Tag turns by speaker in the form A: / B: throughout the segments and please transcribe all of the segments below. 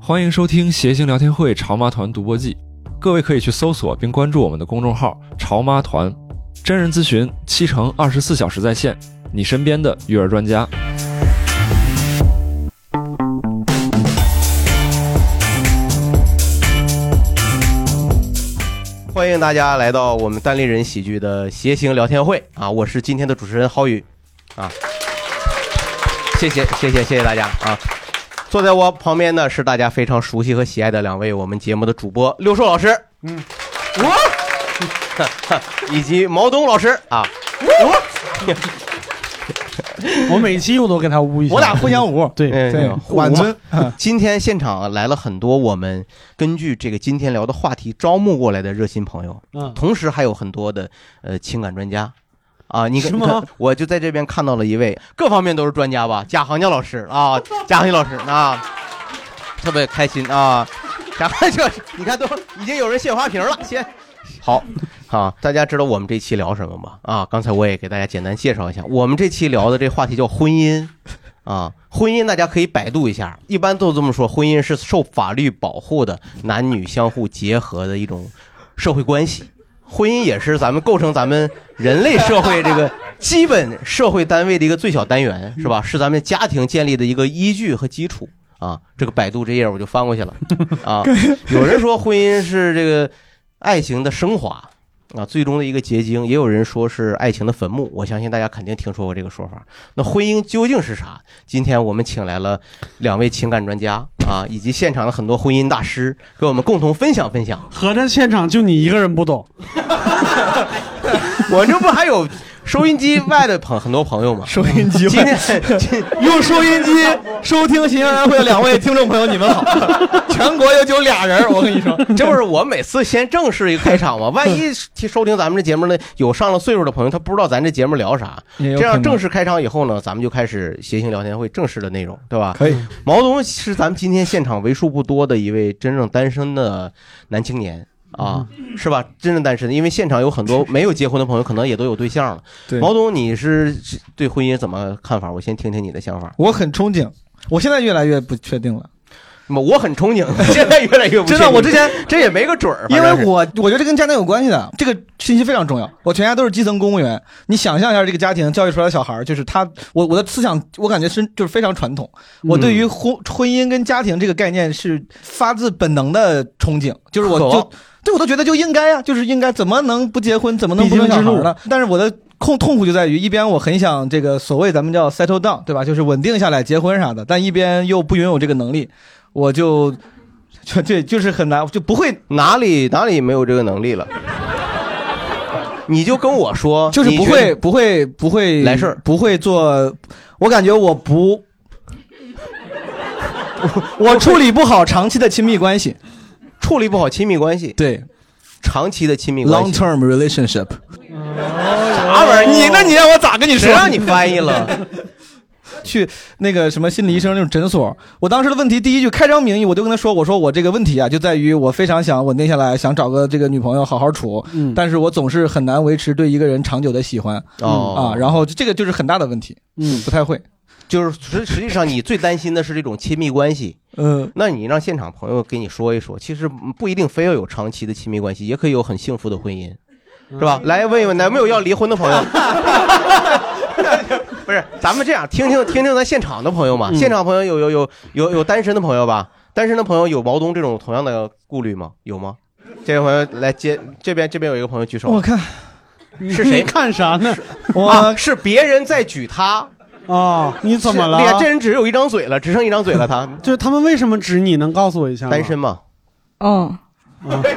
A: 欢迎收听谐星聊天会潮妈团独播记，各位可以去搜索并关注我们的公众号“潮妈团”，真人咨询七乘二十四小时在线，你身边的育儿专家。
B: 欢迎大家来到我们单立人喜剧的谐星聊天会啊！我是今天的主持人郝宇啊，谢谢谢谢谢谢大家啊！坐在我旁边呢是大家非常熟悉和喜爱的两位我们节目的主播六硕老师，嗯，我 以及毛东老师啊，
C: 我每期我都跟他污一下，
B: 我俩互相
C: 污。对
B: 嗯
C: 对，
B: 互
C: 婉尊
B: 嘛。 今天现场来了很多我们根据这个今天聊的话题招募过来的热心朋友，
C: 嗯
B: 同时还有很多的呃情感专家。啊，你看，
C: 是
B: 你
C: 吗
B: 看，我就在这边看到了一位，各方面都是专家吧，贾行家老师啊，贾行家老师 啊，特别开心啊，贾行家老师，你看都已经有人谢花瓶了，谢。好，啊，大家知道我们这期聊什么吗？啊，刚才我也给大家简单介绍一下，我们这期聊的这话题叫婚姻，啊，婚姻大家可以百度一下，一般都这么说，婚姻是受法律保护的男女相互结合的一种社会关系，婚姻也是咱们构成咱们人类社会这个基本社会单位的一个最小单元，是吧？是咱们家庭建立的一个依据和基础。啊，这个百度这页我就翻过去了。啊， 有人说婚姻是这个爱情的升华啊，最终的一个结晶；也有人说是爱情的坟墓。我相信大家肯定听说过这个说法。那婚姻究竟是啥？今天我们请来了两位情感专家啊，以及现场的很多婚姻大师，跟我们共同分享分享。
C: 合着现场就你一个人不懂，
B: 我这不还有收音机外的朋很多朋友吗？
D: 收音机
B: 今
D: 会
B: 天 今
D: 用收音机收听新闻联欢会的两位听众朋友，你们 好！全国也就俩人，我跟你 说，
B: 这不是我每次先正式一个开场吗？万一听收听咱们这节目的有上了岁数的朋友，他不知道咱这节目聊啥。这样正式开场以后呢，咱们就开始谐星聊天会正式的内容，对吧？
D: 可以，
B: 毛东是咱们今天现场为数不多的一位真正单身的男青年啊，
D: 嗯
B: 是吧？真正单身的，因为现场有很 多没有结婚的朋友，可能也都有对象了。
D: 对
B: 毛东，你是是对婚姻怎么看法？我先听听你的想法。
D: 我很憧憬，我现在越来越不确定了，
B: 那么我很憧 憬，现在越来越不
D: 真的
B: 确定
D: 我之前
B: 这也没个准儿，
D: 因
B: 反正
D: 为
B: 是
D: 我我觉得这跟家庭有关系的，这个信息非常重要。我全家都是基层公务员，你想象一下这个家庭教育出来的小孩儿，就是他，我我的思想，我感觉是就是非常传统。我对于婚婚姻跟家庭这个概念是发自本能的憧憬，就是我
B: 渴望
D: 就对我都觉得就应该啊，就是应该怎么能不结婚，怎么能不生小孩呢？但是我的痛痛苦就在于，一边我很想这个所谓咱们叫 settle down，对吧？就是稳定下来结婚啥的，但一边又不拥有这个能力，我就。就对，就是很难，啊就不会
B: 哪里哪里没有这个能力了。 你就跟我说，
D: 就是
B: 你
D: 不
B: 觉
D: 会不会不会
B: 来事儿
D: 不会做。我感觉我不，我我处理不好长期的亲密关系，
B: 处理不好亲密关系，
D: 对
B: 长期的亲密关
D: ，long
B: 系
D: term relationship。
B: 啥玩意儿？你那你
D: 让我咋跟你
B: 谁让你翻译了？
D: 去那个什么心理医生那种诊所，我当时的问题第一句开张名义我就跟他说，我说我这个问题啊就在于我非常想稳定下来，想找个这个女朋友好好处，
C: 嗯
D: 但是我总是很难维持对一个人长久的喜欢
B: 哦
D: 啊，然后这个就是很大的问题，
C: 嗯，
D: 不太会。
B: 就是实实际上你最担心的是这种亲密关系，
D: 嗯，
B: 那你让现场朋友给你说一说，其实不一定非要有长期的亲密关系，也可以有很幸福的婚姻，是吧？来问一问，有没有要离婚的朋友？ 不是，咱们这样听听听听咱现场的朋友嘛，现场朋友有有有有有单身的朋友吧？单身的朋友有毛东这种同样的顾虑吗？有吗？这位朋友来接这边，这边有一个朋友举
D: 我
B: 手，
D: 看
B: 是谁
C: 你看啥呢？
D: 我、
B: 啊，是别人在举他，
C: 啊，你怎么了
B: 是厉害？这人只有一张嘴了，只剩一张嘴了，他
C: 就是他们为什么指你？能告诉我一下吗？
B: 单身嘛？
E: 哦，
D: 嗯
B: 哎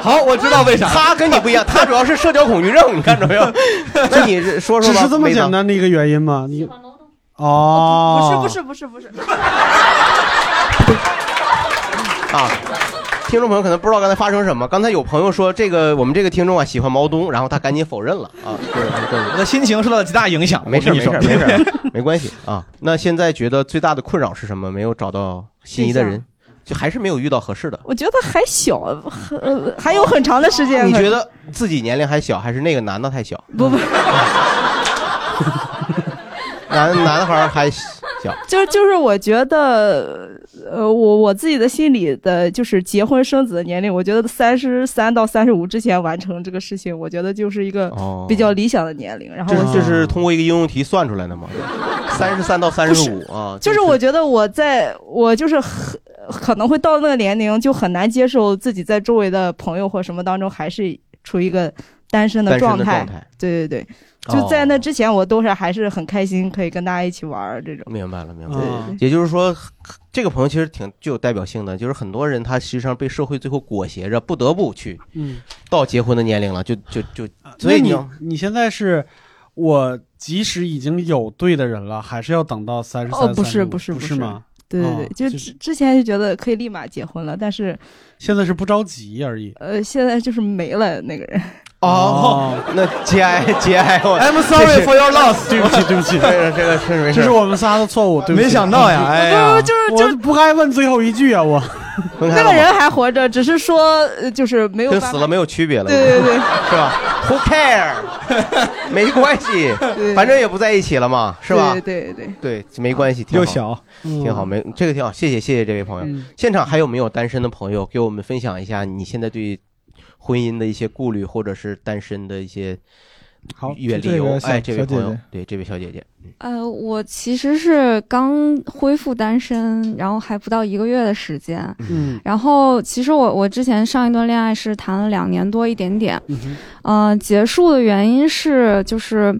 D: 好，我知道为啥。
B: 他跟你不一样，他主要是社交恐惧症，你看着没有？那你说说
C: 只
B: 吧，
C: 是这么
B: 梅
C: 简
B: 子。
C: 单的一个原因吗？你哦，
E: 不是不是不是不是，
B: 啊。听众朋友可能不知道刚才发生什么，刚才有朋友说这个我们这个听众啊喜欢毛东，然后他赶紧否认了啊，
D: 我的心情受到了极大影响。
B: 没事
D: 我
B: 儿
D: 跟
B: 没
D: 你
B: 事
D: 说
B: 儿没事儿，没关系啊。那现在觉得最大的困扰是什么？没有找到心仪的人，就还是没有遇到合适的。
E: 我觉得还小，呃还有很长的时间。
B: 哦你觉得自己年龄还小，还是那个男的太小？
E: 不不，
B: 男男孩儿还小行，
E: 就是就是我觉得，呃，我我自己的心里的就是结婚生子的年龄，我觉得三十三到三十五之前完成这个事情，我觉得就是一个
B: 哦
E: 比较理想的年龄。然后
B: 这
E: 我
B: 这是通过一个应用题算出来的吗？三十三到三十五啊，
E: 哦就是我觉得我在我就是很可能会到那个年龄，就很难接受自己在周围的朋友或什么当中还是处于一个单身的
B: 单身的
E: 状态。
B: 状态
E: 对对对，
B: 哦
E: 就在那之前，我都是还是很开心，可以跟大家一起玩儿这种。
B: 明白了，明白
E: 对
B: 了。也就是说，这个朋友其实挺具有代表性的，就是很多人他实际上被社会最后裹挟着，不得不去
C: 嗯，
B: 到结婚的年龄了，就就就，
E: 啊
B: 所
C: 所
B: 以
C: 以
B: 你
C: 你
B: 要
C: 你现在是，我即使已经有对的人了，还是要等到三十
E: 哦
C: 三？
E: 不是
C: 35
E: 不是
C: 不
E: 不
C: 是
E: 是
C: 吗？
E: 对对对，
C: 哦
E: 就之之前就觉得可以立马结婚了，但是
C: 现在是不着急而已。
E: 呃，现在就是没了那个人。
B: 哦，那节哀节哀，我
C: I'm sorry for your loss，
B: 这
C: 对
B: 是
C: 不起，对不起，
B: 对这个是没事，
C: 这是我们仨的错误，对不起。
D: 没想 到呀，哎呀，
E: 就是
C: 我不该问最后一句啊，我
B: 分开
E: 那
B: 了
E: 个
B: 吗，
E: 人还活着，只是说呃就是没有
B: 跟
E: 办法。
B: 死了没有区别了，
E: 对对对，
B: 是吧？Who care？没关系，
E: 对
B: 反正也不在一起了嘛，是吧？
E: 对对对对，
B: 对，没关系，挺
D: 又
B: 好，
D: 小，嗯
B: 挺
C: 挺
B: 好，没这个挺好，谢谢谢谢这位朋友。
E: 嗯
B: 现场还有没有单身的朋友给我们分享一下你现在对婚姻的一些顾虑，或者是单身的一些
D: 好
B: 远理
D: 这
B: 由
D: 个？小
B: 哎，这位
D: 小姐
B: 朋友
D: 姐，
B: 对这位小姐姐，
F: 呃，我其实是刚恢复单身，然后还不到一个月的时间。
C: 嗯
F: 然后，其实我我之前上一段恋爱是谈了两年多一点点，
C: 嗯哼
F: 呃，结束的原因是就是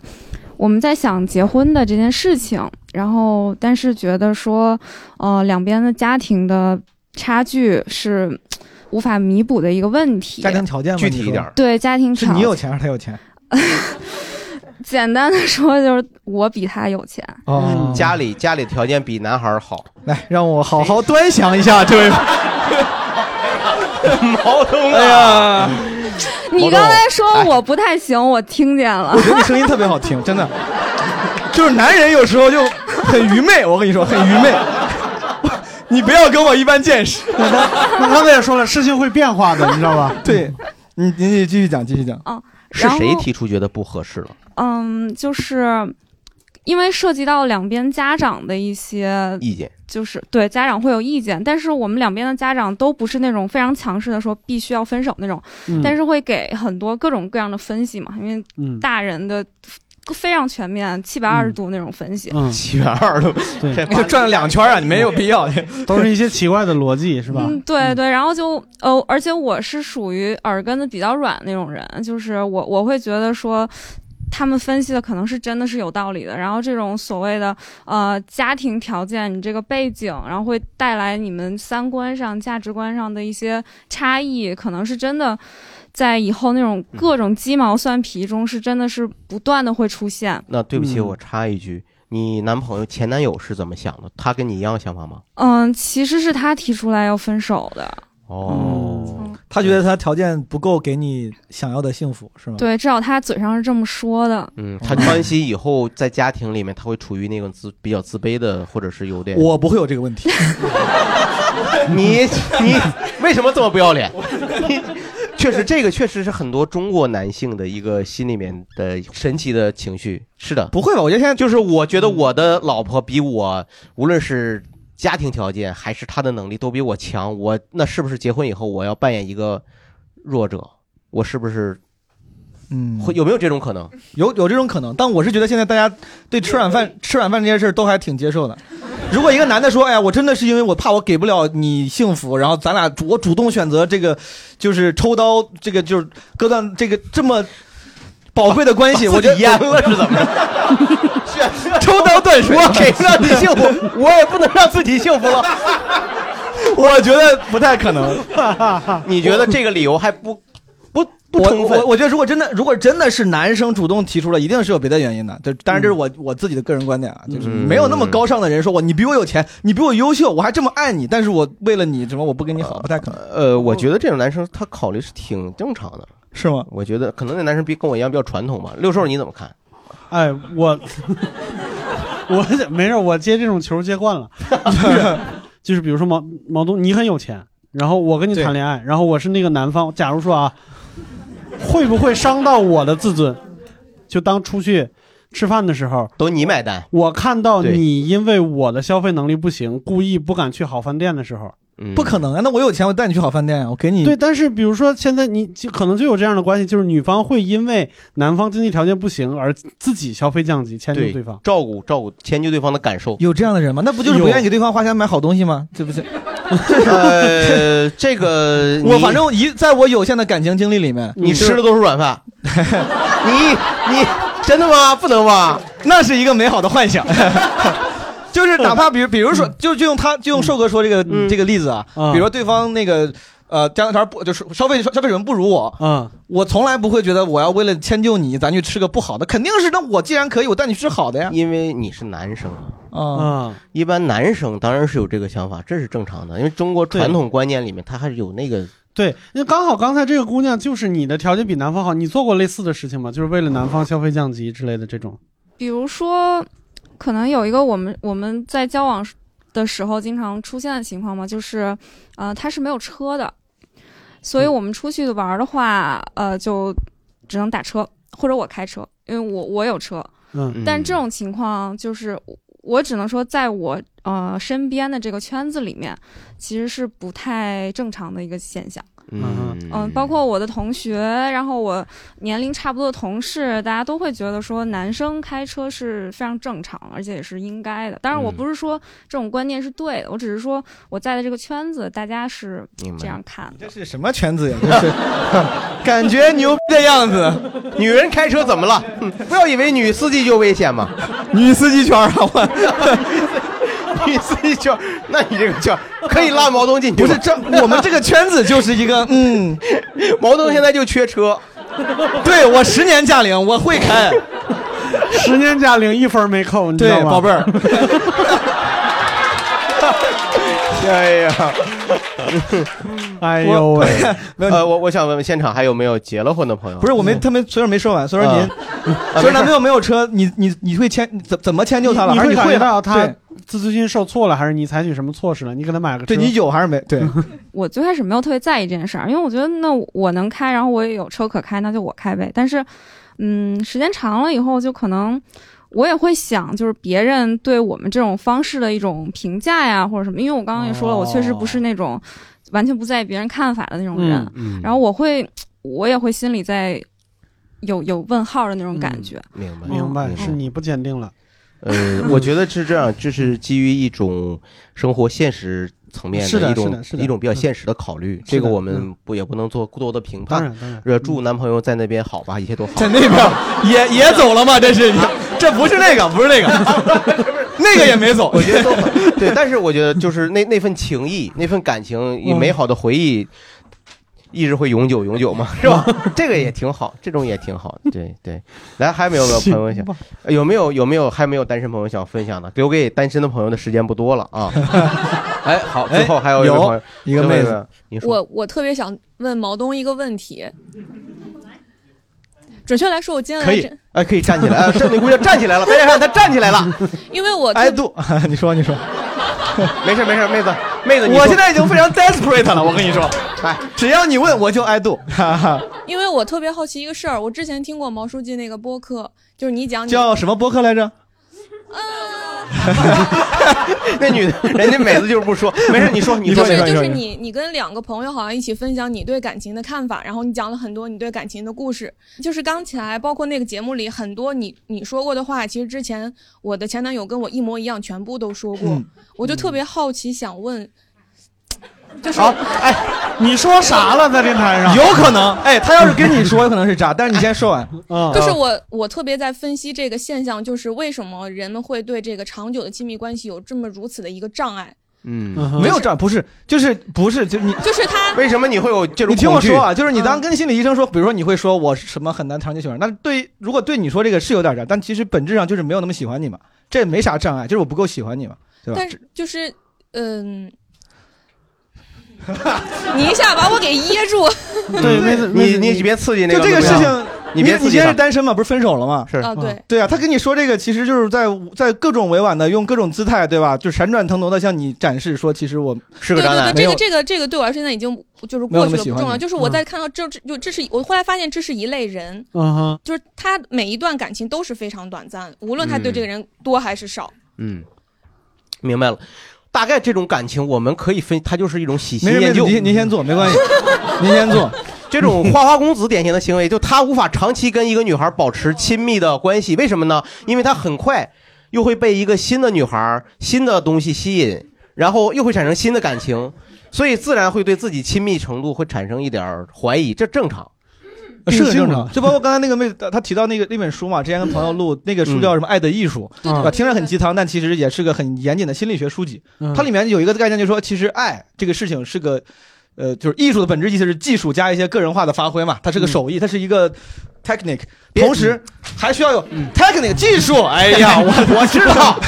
F: 我们在想结婚的这件事情，然后但是觉得说，呃，两边的家庭的差距是无法弥补的一个问题。
D: 家庭条件吗
B: 具体一点，
D: 你
B: 儿，
F: 对家庭
D: 说
F: 条
D: 是你有钱还是他有钱？
F: 简单的说就是我比他有钱。
D: 哦，
B: 家里家里条件比男孩儿好，
D: 来让我好好端详一下这位，
B: 毛东
D: 哎
B: 啊，
D: 呀，
F: 你刚才说我不太行，我听见了
D: 我。觉 得你声音特别好听，真的， 就是男人有时候就很愚昧，我跟你说很愚昧， 你不要跟我一般见识。
C: 那刚才也说了，事情会变化的，你知道吧？嗯
D: 对，你你你继续讲，继续
F: 哦
D: 讲。
B: 是
F: 然后
B: 谁提出觉得不合适了？
F: 嗯，就是因为涉及到两边家长的一些，
B: 意见
F: 就是对家长会有意见，但是我们两边的家长都不是那种非常强势的说必须要分手那种，
C: 嗯
F: 但是会给很多各种各样的分析嘛，因为
C: 嗯
F: 大人的。非常全面，七百二十度那种分析。
C: 嗯，
B: 七元二都
C: 对
B: 这
D: 就转了两圈啊，你没有必要。
C: 都是一些奇怪的逻辑，是吧？
F: 嗯，对对，然后就呃，而且我是属于耳根子比较软那种人，就是我我会觉得说。他们分析的可能是真的是有道理的，然后这种所谓的呃家庭条件、你这个背景，然后会带来你们三观上、价值观上的一些差异，可能是真的在以后那种
B: 嗯
F: 各种鸡毛蒜皮中是真的是不断的会出现。
B: 那对不起，
C: 嗯
B: 我插一句，你男朋友前男友是怎么想的？他跟你一样想法吗？
F: 嗯，其实是他提出来要分手的，
B: 哦
F: 嗯，
D: 他觉得他条件不够给你想要的幸福，是吗？，
F: 对，至少他嘴上是这么说的。
B: 嗯，他关系以后在家庭里面，他会处于那种自比较自卑的，或者是有点
D: 我不会有这个问题。
B: 你你为什么这么不要脸？你确实，这个确实是很多中国男性的一个心里面的神奇的情绪。是的，
D: 不会吧？我觉得现在嗯
B: 就是我觉得我的老婆比我，无论是家庭条件还是她的能力都比我强，我那是不是结婚以后我要扮演一个弱者？我是不是
D: 嗯，
B: 会有没有这种 可能？
D: 有有这种可能，但我是觉得现在大家对吃软饭吃软饭这件事儿都还挺接受的。如果一个男的说：“哎呀，我真的是因为我怕我给不了你幸福，然后咱俩主我主动选择这个，就是抽刀，这个就是割断这个这么宝贵的 关系。”我觉
B: 自
D: 得
B: 己淹了是怎么着？
D: 抽刀断水，
B: 我给不了你幸福，我也不能让自己幸福了。
D: 我觉得不太可能。
B: 你觉得这个理由还不不不
D: 我
B: 充分
D: 我？我觉得如果真的如果真的是男生主动提出了，一定是有别的原因的。这当然这是我、我自己的个人观点啊，就是
B: 嗯
D: 没有那么高尚的人说我你比我有钱，你比我优秀，我还这么爱你，但是我为了你什么我不跟你好，不太可能，
B: 呃，我觉得这种男生他考虑是挺正常的。
D: 嗯是吗？
B: 我觉得可能那男生比跟我一样比较传统吧。六兽你怎么看？
D: 嗯
C: 哎，我 我没事，我接这种球接惯 了，就是就是比如说毛毛东，你很有钱，然后我跟你
D: 对
C: 谈恋爱，然后我是那个男方，假如说啊，会不会伤到我的自尊？就当出去吃饭的时候
B: 都你买单，
C: 我看到
B: 对
C: 你因为我的消费能力不行，故意不敢去好饭店的时候，
B: 嗯
D: 不可能啊！那我有钱，我带你去好饭店啊，我给你。
C: 对，但是比如说现在你就可能就有这样的关系，就是女方会因为男方经济条件不行而自己消费降级，迁就
B: 对
C: 对方。
B: 照顾照顾迁就对方的感受。
D: 有这样的人吗？那不就是不愿意给对方花钱买好东西吗？这不 是？
B: 呃，这个
D: 我
B: 你
D: 反正一在我有限的感情经历里面，
B: 你吃的都是软 饭，你你真的吗？不能吧？
D: 那是一个美好的幻想。 就是哪怕比如比如
B: 嗯
D: 说，就就用他就用瘦哥说这个、这个例子啊，
C: 嗯
D: 比如说对方那个呃家长不就是消费消费水平不如我，
C: 嗯，
D: 我从来不会觉得我要为了迁就你，咱去吃个不好的，肯定是那我既然可以，我带你去吃好的呀。
B: 因为你是男生啊，
D: 啊、
C: 啊，
B: 一般男生当然是有这个想法，这是正常的，因为中国传统观念里面，他还是有那个
C: 对，那刚好刚才这个姑娘就是你的条件比男方好，你做过类似的事情吗？就是为了男方消费降级之类的这种。
F: 比如说，可能有一个我们我们在交往的时候经常出现的情况嘛，就是，呃，他是没有车的，所以我们出去玩的话，呃，就只能打车或者我开车，因为我我有车。
C: 嗯
F: 但这种情况就是我，我只能说，在我呃身边的这个圈子里面，其实是不太正常的一个现象。嗯，包括我的同学，然后我年龄差不多的同事，大家都会觉得说男生开车是非常正常，而且也是应该的。当然，我
B: 嗯
F: 不是说这种观念是对的，我只是说我在的这个圈子，大家是
B: 明白
F: 这样看的。
D: 这是什么 圈子呀？这是感觉牛逼的样子，
B: 女人开车怎么了？嗯不要以为女司机就危险嘛，
D: 女司机圈啊，我
B: 女司机圈，那你这个圈可以拉毛东进去
D: 不
B: 吗，
D: 是这我们这个圈子就是一个 嗯，
B: 毛东现在就缺车，
D: 对我十年驾龄，我会开。
C: 十年加零一分没扣，你知道
D: 对，
C: 吗？
D: 宝 贝儿，
B: 哎呀，
C: 哎呦喂，
D: 没有
B: 呃，我我想问问现场还有没有结了婚的朋友？
D: 不是，我
C: 嗯
D: 没他们孙儿没说完，孙儿您，
B: 啊，
D: 孙儿男朋友没有车，你你你会迁怎怎么迁就他了？
C: 你
D: 还是
C: 会感
D: 会
C: 觉到他
D: 对
C: 自尊心受挫了，还是你采取什么措施了？你给他买个车，
D: 对你有还是没？ 对，
F: 我最开始没有特别在意这件事儿，因为我觉得那我能开，然后我也有车可开，那就我开呗。但是，嗯，时间长了以后，就可能我也会想，就是别人对我们这种方式的一种评价呀，或者什么。因为我刚刚也说了，
C: 哦
F: 我确实不是那种完全不在意别人看法的那种人。
C: 嗯
B: 嗯
F: 然后我会，我也会心里在有有问号的那种感觉。
B: 嗯明白
C: 明白
B: 明白
C: 是你不坚定了。
B: 呃，我觉得是这样，就是基于一种生活现实层面
C: 是的
B: 一种
C: 是的是的嗯
B: 一种比较现实的考虑，这个我们不也不能做过多的评
C: 当
B: 判。
C: 然当然，嗯
B: 呃，祝男朋友在那边好吧，一切都好。
D: 在那边也也走了吗？这是这不是那个，不是那个， 那个也没走
B: 我。觉得都好 对，但是我觉得就是那那份情谊，那份感情，
C: 嗯
B: 以美好的回忆，一直会永久永久
C: 嗯
B: 嘛，是吧？这个也挺好，这种也挺好。对对，来，还有没有没有朋友想
C: 行吧
B: 有没有有没有还没有单身朋友想分享的？留给单身的朋友的时间不多了 啊。哎，好，最后还有一位
D: 有
B: 朋友，
D: 一个妹
B: 最
D: 子，
B: 后一位，你说
G: 我我特别想问毛东一个问题。准确来说，我今天
B: 可
G: 来
B: 以
G: 这，
B: 哎，可以站起 来，啊剩女姑娘站起来了，大家看她站起来了，
G: 因为我
D: 哎，杜，你说你说，
B: 没事没事，妹子妹子，你
D: 我
B: 说
D: 现在已经非常 desperate 了，我跟你说，
B: 哎，
D: 只要你问我就爱杜，哈哈，
G: 因为我特别好奇一个事儿，我之前听过毛书记那个播客，就是你讲你
D: 叫什么播客来着？
B: 那女的，人家妹子就是不 说， 没事，你说你
G: 就
B: 说
G: 是
B: 你说
G: 就
B: 你说
G: 是，你你跟两个朋友好像一起分享你对感情的看法，然后你讲了很多你对感情的故事。就是刚起来，包括那个节目里很多你你说过的话，其实之前我的前男友跟我一模一样，全部都说过。
D: 嗯
G: 我就特别好奇，想问，就是、
B: 好，哎。
C: 你说啥了在电台上？
D: 有可能， 嗯哎，他要是跟你说，有可能是渣，但是你先说完。
C: 啊
G: 就是我，我特别在分析这个现象，就是为什么人们会对这个长久的亲密关系有这么如此的一个障碍，
B: 嗯，
C: 嗯哼
D: 没有这样，不是，就是不是，就你。
G: 就是他
B: 为什么你会有这种
D: 你听我
B: 恐惧
D: 说，啊，就是你
G: 嗯
D: 当跟心理医生说，比如说你会说我是什么很难长期喜欢，那对如果对你说这个是有点这样，但其实本质上就是没有那么喜欢你嘛，这也没啥障碍，就是我不够喜欢你嘛，对吧
G: 但？是就是，嗯， 你一下把我给噎住，
C: 对妹子，妹
B: 你
C: 子
B: 你别刺激那
D: 就
B: 个
D: 这个
B: 怎么
D: 事
B: 样
D: 情，
B: 你
D: 你
B: 别
D: 你
B: 自己
D: 现在
B: 上
D: 是单身嘛，不是分手了吗？
B: 是
G: 啊对
D: 对啊，他跟你说这个，其实就是在在各种委婉的用各种姿态，对吧？就闪转腾挪的向你展示说，其实我
B: 是
G: 对对对，
D: 没
G: 这
D: 有
G: 个这个这个对我而言现在已经就是
D: 没有
G: 过
D: 那
G: 去
D: 么
G: 了，
D: 喜
G: 不
D: 欢
G: 重要。
D: 你嗯
G: 就是我在看到这这就这是我后来发现这是一类人，
C: 嗯哼，
G: 就是他每一段感情都是非常短暂，无论他对这个
D: 嗯
G: 人多还是少。
B: 嗯，明白了。大概这种感情，我们可以分，它就是一种喜新
D: 没
B: 厌
D: 人
B: 旧。
D: 您您先做，没关系，您先做。
B: 这种花花公子典型的行为，就他无法长期跟一个女孩保持亲密的关系，为什么呢？因为他很快又会被一个新的女孩、新的东西吸引，然后又会产生新的感情，所以自然会对自己亲密程度会产生一点儿怀疑，这正常。
D: 是很正常，就包括刚才那个妹，她她提到那个那本书嘛，之前跟朋友 录，那个书叫什么《爱的艺术》，
C: 嗯
D: 对吧？听着很鸡汤，但其实也是个很严谨的心理学书籍
C: 嗯。
D: 它里面有一个概念，就是说，其实爱这个事情是个，呃，就是艺术的本质意思是技术加一些个人化的发挥嘛，它是个手艺，它是一个 technique，同时还需要有 technique 技术。哎呀，我我知道，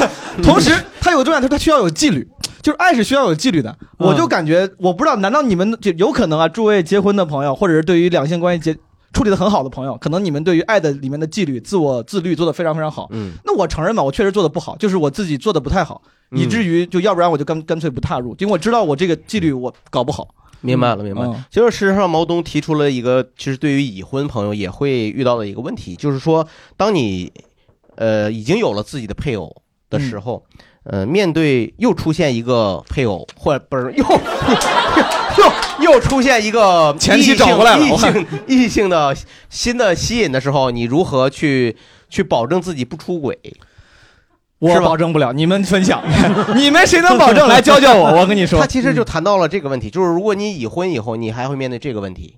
D: 同时它有个重点，就是它需要有纪律。就是爱是需要有纪律的，
C: 嗯
D: 我就感觉我不知道，难道你们就有可能啊？诸位结婚的朋友，或者是对于两性关系结处理的很好的朋友，可能你们对于爱的里面的纪律、自我自律做的非常非常好。
B: 嗯，
D: 那我承认嘛，我确实做的不好，就是我自己做的不太好，
B: 嗯
D: 以至于就要不然我就干干脆不踏入，因为我知道我这个纪律我搞不好。
B: 明白了，明白了。
D: 嗯
B: 就是事实上，毛东提出了一个，其实对于已婚朋友也会遇到的一个问题，就是说，当你呃已经有了自己的配偶的时候，
D: 嗯
B: 呃，面对又出现一个配偶，或者不是又 又又出现一个
D: 前妻
B: 异性
D: 找过来了
B: 异
D: 我看
B: 性异性的新的吸引的时候，你如何去去保证自己不出轨？
D: 我
B: 是吧
D: 保证不了，你们分 享，你们谁能保证来教教我？我跟你说
B: 他，其实就谈到了这个问题，就是如果你已婚以后，你还会面对这个问题，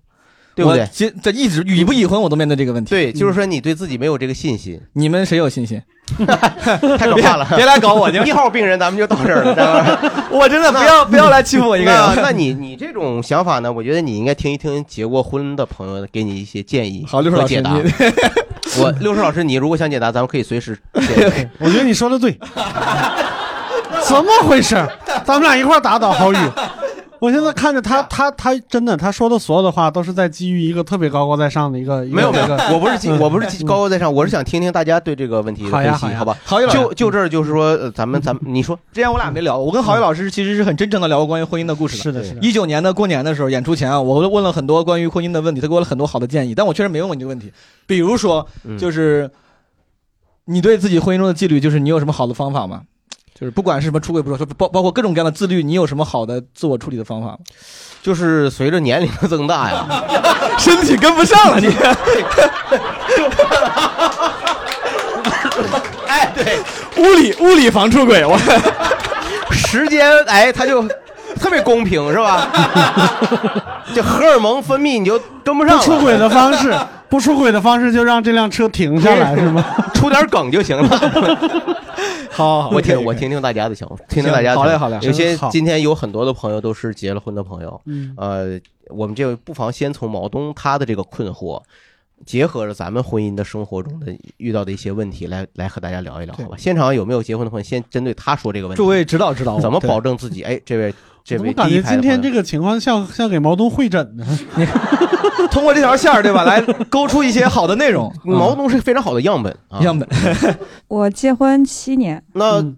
B: 对不
D: 我
B: 对？
D: 其这一直已不已婚我都面对这个问题。
B: 对，就是说你对自己没有这个信 心。
D: 你们谁有信心？
B: 太可怕了！
D: 嗯别别来搞我 你
B: 一号病人，咱们就到这儿 了。咱们
D: 我真的 不要不要来欺负我一个
B: 那
D: 人。
B: 那你你这种想法呢？我觉得你应该听一听结过婚的朋友给你一些建议
D: 好，六叔
B: 和
D: 老师，
B: 解答。
D: 你
B: 我六叔老师，你如果想解答，咱们可以随时解 答。
C: 我觉得你说 的对，怎么回事？咱们俩一块儿打倒郝宇。我现在看着
B: 啊
C: 他，他他真的，他说的所有的话都是在基于一个特别高高在上的一个
B: 没有没有
C: 一 个，嗯
B: 我不是我不是高高在上，我是想听听大家对这个问题的
C: 好呀
B: 分析
C: 好，呀
B: 好吧？
D: 郝宇老师
B: 就就这儿就是说，呃咱们咱们你说，
D: 之前哎我俩没聊，我跟郝宇老师其实是很真诚的聊过关于婚姻的故事的。
C: 是的是的，
D: 一九年的过年的时候，演出前啊，我问了很多关于婚姻的问题，他给我了很多好的建议，但我确实没问过你这个问题。比如说，
B: 嗯
D: 就是你对自己婚姻中的纪律，就是你有什么好的方法吗？就是不管是什么出轨不说，包包括各种各样的自律，你有什么好的自我处理的方法吗？
B: 就是随着年龄的增大 呀，
D: 身体跟不上了，你
B: 哎，对，
D: 物理物理防出轨，我
B: 时间，哎，它就特别公平，是 吧？这荷尔蒙分泌你就跟不上
C: 不
B: 了，
C: 出轨的方式，不出轨的方式就让这辆车停下来是吗？
B: 出点梗就行了。
D: 好好，
B: 我听
D: 可以
B: 我，听听大家的想法，听听大家的
D: 好嘞
B: 想法
D: 好嘞
B: 有些
C: 真好
B: 今天有很多的朋友都是结了婚的朋友，
C: 嗯
B: 呃，我们就不妨先从毛东他的这个困惑，结合着咱们婚姻的生活中的遇到的一些问题来来和大家聊一聊，
D: 对
B: 好吧？现场有没有结婚的朋友，先针对他说这个问
D: 诸
B: 题，
D: 位指导指导我，
B: 怎么
D: 对
B: 保证自己？哎，这位这
C: 我
B: 位
C: 怎么感
B: 第一
C: 觉
B: 排的
C: 今
B: 朋友。
C: 天这个情况像像给毛东会诊呢？
D: 通过这条线儿对吧，来勾出一些好的内容嗯
B: 毛东是非常好的样本啊，
D: 样本，
H: 我结婚七年，
B: 那
C: 嗯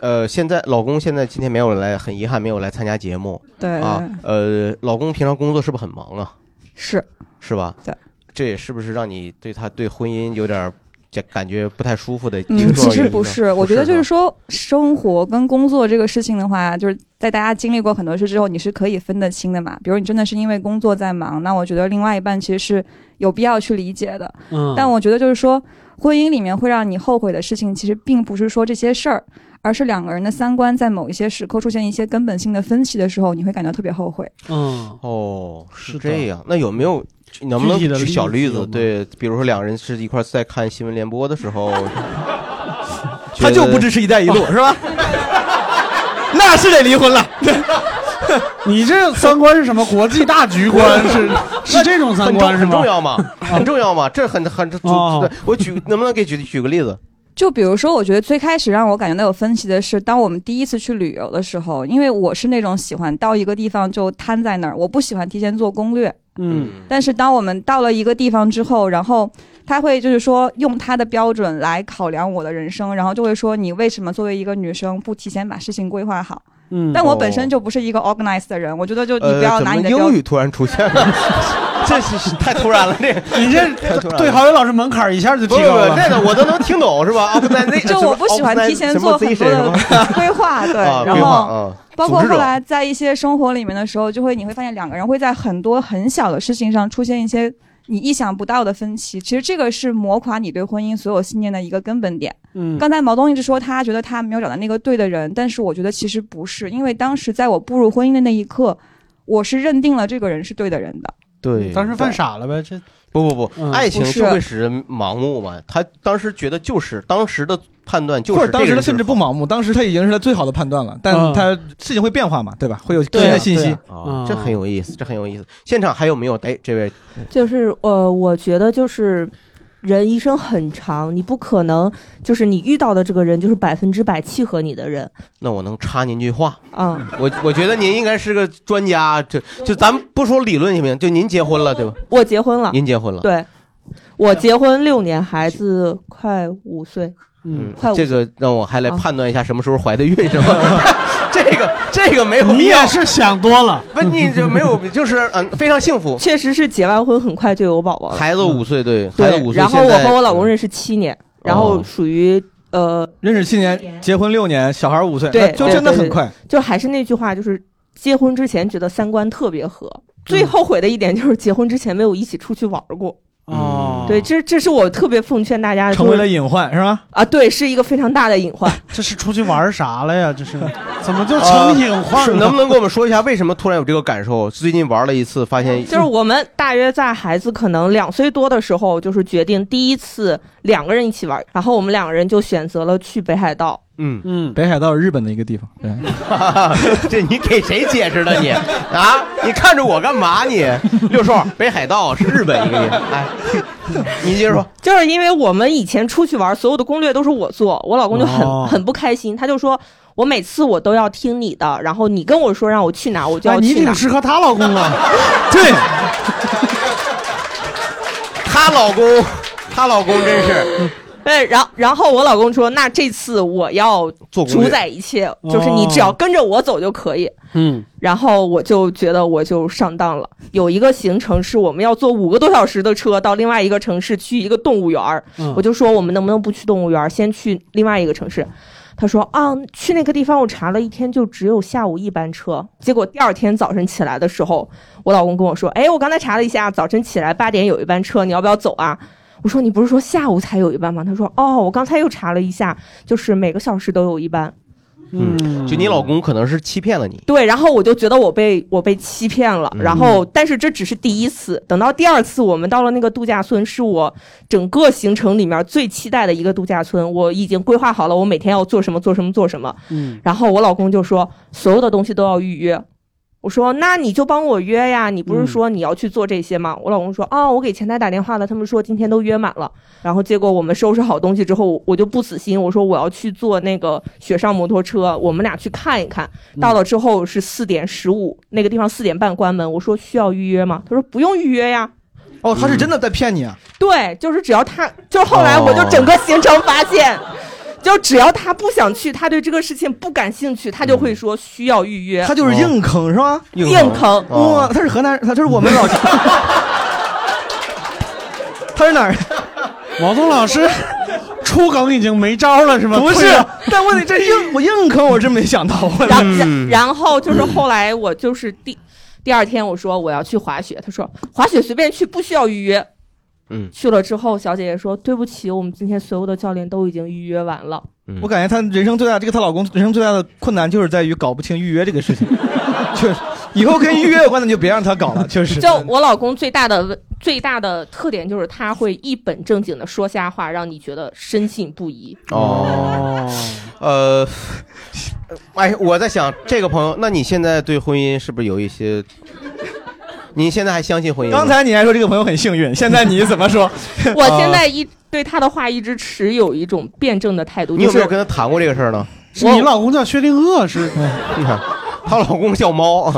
B: 呃，现在老公现在今天没有来，很遗憾没有来参加节目
H: 对，
B: 啊。呃，老公平常工作是不是很忙啊？
H: 是
B: 是吧？
H: 对，
B: 这也是不是让你对他对婚姻有点儿这感觉不太舒服的一个原
H: 嗯，
B: 因呢？
H: 其实不是，我觉得就是
B: 吧
H: 说，生活跟工作这个事情的话，就是在大家经历过很多事之后，你是可以分得清的嘛。比如你真的是因为工作在忙，那我觉得另外一半其实是有必要去理解的。
C: 嗯，
H: 但我觉得就是说，婚姻里面会让你后悔的事情，其实并不是说这些事儿，而是两个人的三观在某一些时刻出现一些根本性的分歧的时候，你会感到特别后悔。
C: 嗯
B: 哦，是
C: 是
B: 这
C: 的
B: 样。那有没有能不
C: 具
B: 能
C: 体的
B: 举小
C: 例
B: 例
C: 子有
B: 子？
C: 吗
B: 对，比如说两人是一块儿在看新闻联播的时 候，
D: 他就不支持“一带一 路” 是吧？那是得离婚了，
C: 你这三观是 什么？国际大局 观是是这种三
B: 很重
C: 观是
B: 很
C: 吗
B: 重？要吗？ 很重要吗？这很很这
C: 哦
B: 我举能不能给举举个例子？
H: 就比如说，我觉得最开始让我感觉到有分歧的是，当我们第一次去旅游的时候，因为我是那种喜欢到一个地方就瘫在那儿，我不喜欢提前做攻略。
C: 嗯
H: 但是当我们到了一个地方之后，然后他会就是说用他的标准来考量我的人生，然后就会说你为什么作为一个女生不提前把事情规划好？
C: 嗯
H: 但我本身就不是一个 organized 的人，我觉得就你
B: 哦呃
H: 不要
B: 怎
H: 拿
B: 么
H: 你的标
B: 英
H: 准。
B: 语突然出现 了，这是太突然了，这个
C: 你这
B: 太突然了
C: 对郝伟老师门槛儿一下就
B: 不
C: 提
B: 不
C: 高
B: 不，
C: 了。
B: 这个我都能 听懂是吧？Organization- 啊
H: 就我不喜欢提前做很多
B: 哦什
H: 的
B: 么
H: 规划，对，
B: 啊
H: 然
B: 规划
H: 后
B: 啊
H: 包括
B: 组织者
H: 后来在一些生活里面的时候，就会你会发现两个人会在很多很小的事情上出现一些你意想不到的分歧。其实这个是磨垮你对婚姻所有信念的一个根本点。
C: 嗯
H: 刚才毛东一直说他觉得他没有找到那个对的人，但是我觉得其实不是，因为当时在我步入婚姻的那一刻，我是认定了这个人是对的人的。
B: 对，
C: 当时犯傻了呗，这
B: 不不不，
C: 嗯
B: 爱情
H: 不是
B: 就会使人盲目嘛。他当时觉得就是当时的判断就
D: 或
B: 是
D: 者当
B: 这个
D: 时他
B: 人
D: 甚
B: 就
D: 至
B: 是
D: 不盲目，当时他已经是他最好的判断了，但
C: 嗯哦
D: 他事情会变化嘛，对吧？会有新
B: 对啊
D: 的信
B: 对
D: 息
B: 啊，啊，这很有意思，这很有意思。现场还有没有？哎，这位
I: 就是呃，我觉得就是人一生很长，你不可能就是你遇到的这个人就是百分之百契合你的人
B: 那我能插您句话，
I: 啊。
B: 我我觉得您应该是个专家，这就咱们不说理论行不行？就您结婚了对吧？
I: 我结婚了，
B: 您结婚了，
I: 对，我结婚六年，孩子快五岁，
B: 嗯
I: 快，五
B: 这个让我还来
I: 啊
B: 判断一下什么时候怀的孕是 吧？这个这个没有
C: 你
B: 必要
C: 也，是想多了。
B: 不，你就没有，就是嗯，非常幸福。
I: 确实是结完婚很快就有宝宝了。
B: 孩子五岁，对，孩子
I: 对
B: 五，岁。
I: 然后我
B: 现在哦
I: 和我老公认识七年，然后属于呃，
D: 认识七年，结婚六年，小孩五岁，
I: 对
D: 那就真的
I: 对对
D: 很快。
I: 就还是那句话，就是结婚之前觉得三观特别合。最
C: 嗯
I: 后悔的一点就是结婚之前没有一起出去玩儿过，
C: 哦，
I: 对，这这是我特别奉劝大家的，
D: 成为
I: 就是
D: 了隐患，是吧？
I: 啊，对，是一个非常大的隐 患。呃
C: 这是出去玩啥了呀？这是怎么就成隐患
B: 呃是
C: 了？
B: 能不能给我们说一下为什么突然有这个感受？最近玩了一次，发现
I: 就是我们大约在孩子可能两岁多的时候，就是决定第一次两个人一起玩，然后我们两个人就选择了去北海道。
B: 嗯，
C: 嗯，
D: 北海道是日本的一个地方，对，
B: 这你给谁解释的你啊？你看着我干嘛你？六兽，北海道是日本一个地方，哎， 你接着说。
I: 就是因为我们以前出去玩，所有的攻略都是我做，我老公就很、
C: 哦
I: 很不开心，他就说。我每次我都要听你的，然后你跟我说让我去哪，我就
C: 哎，
I: 要
C: 你
I: 去哪
C: 挺。适合她老公 啊。
D: 对，
B: 她老公，她老公真是
I: 对，然后然后我老公说，那这次我要
B: 做攻
I: 主
B: 略，哦
I: 宰一切，就是你只要跟着我走就可以。
C: 嗯，
I: 然后我就觉得我就上当了。有一个行程是我们要坐五个多小时的车到另外一个城市去一个动物园儿，
C: 嗯
I: 我就说我们能不能不去动物园儿，先去另外一个城市。他说啊，去那个地方我查了一天，就只有下午一班车。结果第二天早晨起来的时候，我老公跟我说，哎，我刚才查了一下，早晨起来八点有一班车，你要不要走啊？我说你不是说下午才有一班吗？他说哦，我刚才又查了一下，就是每个小时都有一班。
C: 嗯，
B: 就你老公可能是欺骗了你。
I: 对，然后我就觉得我被我被欺骗了，
B: 嗯
I: 然后但是这只是第一次，等到第二次我们到了那个度假村，是我整个行程里面最期待的一个度假村，我已经规划好了，我每天要做什么做什么做什么，
C: 嗯，
I: 然后我老公就说所有的东西都要预约。我说，那你就帮我约呀，你不是说你要去做这些吗？我老公说，哦，我给前台打电话了，他们说今天都约满了。然后结果我们收拾好东西之后，我就不死心，我说我要去坐那个雪上摩托车，我们俩去看一看。到了之后是四点十五，那个地方四点半关门。我说需要预约吗？他说不用预约呀。
D: 哦，他是真的在骗你啊！
I: 对，就是只要他，就后来我就整个行程发现，
D: 哦
I: 就只要他不想去，他对这个事情不感兴趣，他就会说需要预约。
D: 他就是硬坑是吧？
B: 硬
I: 硬坑
C: 哦
B: 哦
D: 哇，他是河南人，他这是我们老乡。他是 哪儿？
C: 毛东老师 出梗已经没招了是吗？
D: 不是
C: 退了，嗯
D: 但问题这硬我硬坑，我真没想到。我
I: 然然然后就是后来我就是第第二天我说我要去滑雪，他说滑雪随便去，不需要预约。
B: 嗯
I: 去了之后，小姐姐说对不起，我们今天所有的教练都已经预约完了。
B: 嗯
D: 我感觉她人生最大，这个她老公人生最大的困难就是在于搞不清预约这个事 情。确实，以后跟预约有关的你就别让他搞了，确实。
I: 就我老公最大的问最大的特点就是他会一本正经的说瞎话，让你觉得深信不疑。
B: 哦， 呃，哎，我在想这个朋友，那你现在对婚姻是不是有一些？你现在还相信婚姻吗？
D: 刚才你还说这个朋友很幸运，现在你怎么说？ 啊
I: 我
B: 啊
I: 现在一对他的话一直持有一种辩证的态度，
B: 你
I: 就
B: 有没有
I: 是
B: 跟他谈过这个事儿呢？
C: 是你老公叫薛定 谔是？
B: 你看，她老公叫猫，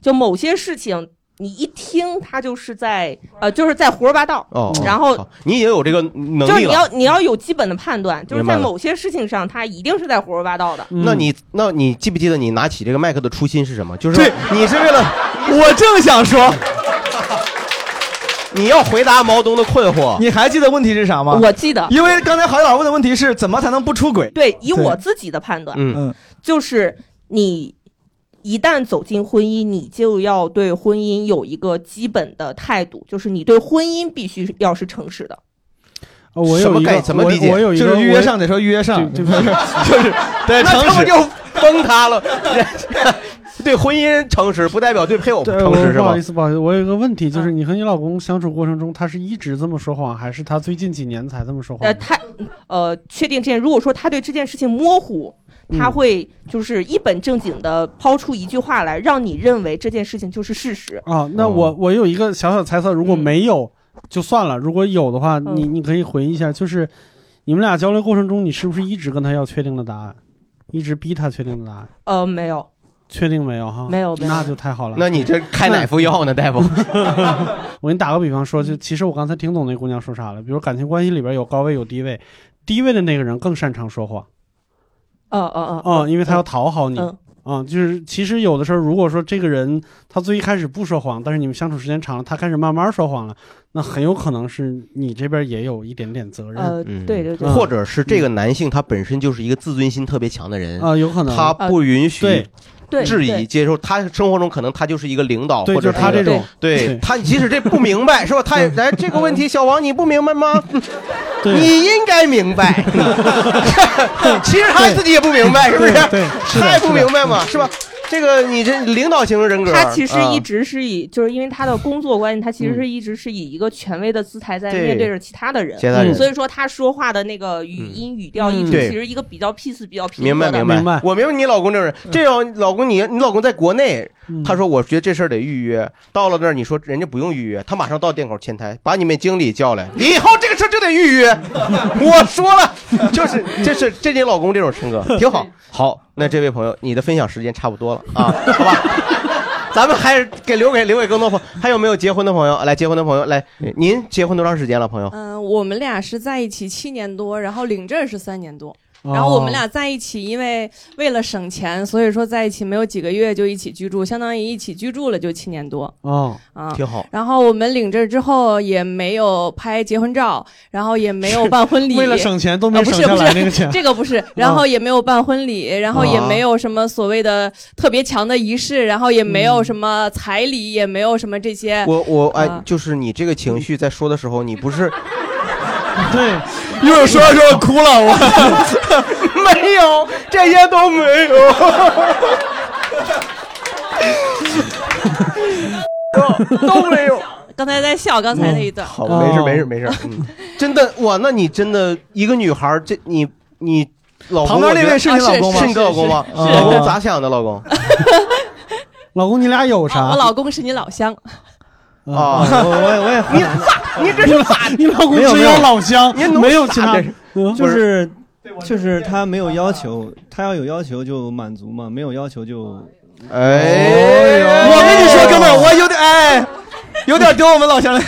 I: 就某些事情。你一听他就是在呃，就是在胡说八道。
B: 哦，
I: 嗯然后
B: 好你也有这个能
I: 就是
B: 力
I: 你要
B: 了。
I: 你要有基本的判断，就是
B: 明白
I: 在
B: 了
I: 某些事情上，他一定是在胡说八道的。
B: 那你那你记不记得你拿起这个麦克的初心是什么？就是你是 为了，
D: 我正想 说，
B: 你要回答毛东的困惑。
D: 你还记得问题是啥吗？
I: 我记得
D: 因为刚才郝宇老师问的问题是怎么才能不出轨？
I: 对，以我自己的判断，
D: 嗯嗯，
I: 就是你一旦走进婚姻，你就要对婚姻有一个基本的态度，就是你对婚姻必须要是诚实的。
C: 呃我有一个，我我有一个
D: 就是预约上得说预约上，
C: 对
D: 就
C: 对
D: 是就是对
B: 那
D: 诚
B: 他
D: 实
B: 不就 崩塌了？对婚姻诚实不代表对配偶
C: 呃
B: 诚
C: 我
B: 实是
C: 不
B: 吧
C: 好意？思，不好意思，我有一个问题，就是你和你老公相处过程中，他是一直这么说谎，还是他最近几年才这么说
I: 呃，
C: 谎？
I: 他呃，确定这件，如果说他对这件事情模糊，他
C: 嗯
I: 会就是一本正经的抛出一句话来，让你认为这件事情就是事实。
C: 啊，那
B: 嗯
C: 我我有一个小小猜测，如果没有就算了，如果有的
I: 嗯
C: 话，你你可以回忆一下，就是你们俩交流过程中，你是不是一直跟他要确定的答案，一直逼他确定的答案？
I: 呃，没有，
C: 确定没有哈？
I: 没有没有
C: 哦那就嗯太好了。
B: 那你这开哪副药呢，大夫？
C: 我给你打个比方说，就
I: 嗯
C: 其实我刚才听懂那姑娘说啥了，比如感情关系里边有高位有低位，低位的那个人更擅长说谎。
I: 呃呃呃，
C: 啊、因为他要讨好你。
I: 嗯
C: 啊、就是其实有的时候，如果说这个人他最一开始不说谎，但是你们相处时间长了，他开始慢慢说谎了，那很有可能是你这边也有一点点责任。
I: 呃
B: 嗯，
I: 对对对，
B: 或者是这个男性他本身就是一个自尊心特别强的人
C: 啊有可能
B: 他不允许
C: 对
I: 对
B: 质
I: 对
B: 疑接受，他生活中可能他就是一个领导，
C: 对
B: 或者
C: 就是他这种
B: 对
C: 对
B: 他即使这不明白是吧？他也来这个问题，小王你不明白 吗？
C: 对
B: 你应该明白， 其实他自己也不明白，是不是？
C: 对对 是的
B: 他也不明白嘛，是吧？这个你这领导型人格，
I: 他其实一
B: 啊
I: 直是以，就是因为他的工作关系，他其
C: 嗯
I: 实是一直是以一个权威的姿态在
B: 对
I: 面对着其他的人，
B: 其他人
I: 所以说他说话的那个语音语调一
C: 嗯
I: 直
B: 对
I: 其实一个比较 peace 比较平
B: 明白
I: 和的。
B: 白，
C: 明白
B: 我明白你老公这种人，这种老公你你老公在国内，
C: 嗯
B: 他说我觉得这事儿得预约，到了那儿你说人家不用预约，他马上到店口前台把你们经理叫 来，以后这个事儿就得预约。我说了，就是这是这你老公这种性 格挺好。好，那这位朋友，你的分享时间差不多了啊，好吧。 咱们还是给留给留给更多朋友，还有没有结婚的朋友？来，结婚的朋友，来，您结婚多长时间了，朋友？
J: 嗯，我们俩是在一起七年多，然后领证是三年多。
C: 哦
J: 然后我们俩在一起，因为为了省钱，所以说在一起没有几个月就一起居住，相当于一起居住了就七年多
C: 哦，
J: 啊，
B: 挺好
J: 然后我们领证之后也没有拍结婚照，然后也没有办婚礼，
C: 为了省钱都没
J: 啊不
C: 省
J: 是
C: 下
J: 不
C: 来
J: 是
C: 那个钱。嗯啊
J: 这个不是，然后也没有办婚礼，然后也没有什么所谓的特别强的仪式，然后也没
C: 嗯
J: 有什么彩礼，也没有什么这些。
B: 我我哎
J: 啊，
B: 就是你这个情绪在说的时候，你不 是
C: 对，
D: 一会儿说着说着哭了，我
B: 没有，这些都没有。 都没有，
J: 刚才在 笑刚才那一段，
B: 好，没事，没事，没事。嗯，真的，哇，那你真的一个女孩儿，这你你老公
D: 旁边那位是你
B: 我觉得
D: 老公吗
B: 啊是你老公吗？
D: 是是
B: 老公咋想的？老 公
C: 老公，你俩有啥？
J: 啊我老公是你老乡，
B: 啊，
D: 我我我也
B: 你咋？你这是咋？
C: 你 老公
D: 没有
C: 只
D: 没有
C: 老乡
B: 你，弄
C: 没有其
B: 啥
C: 他
B: 这是。
C: 嗯
D: 就是就是他没有要求，他要有要求就满足嘛，没有要求就
B: 哎，
D: 我跟你说，哥们儿，我有点哎，有点丢我们老 乡了。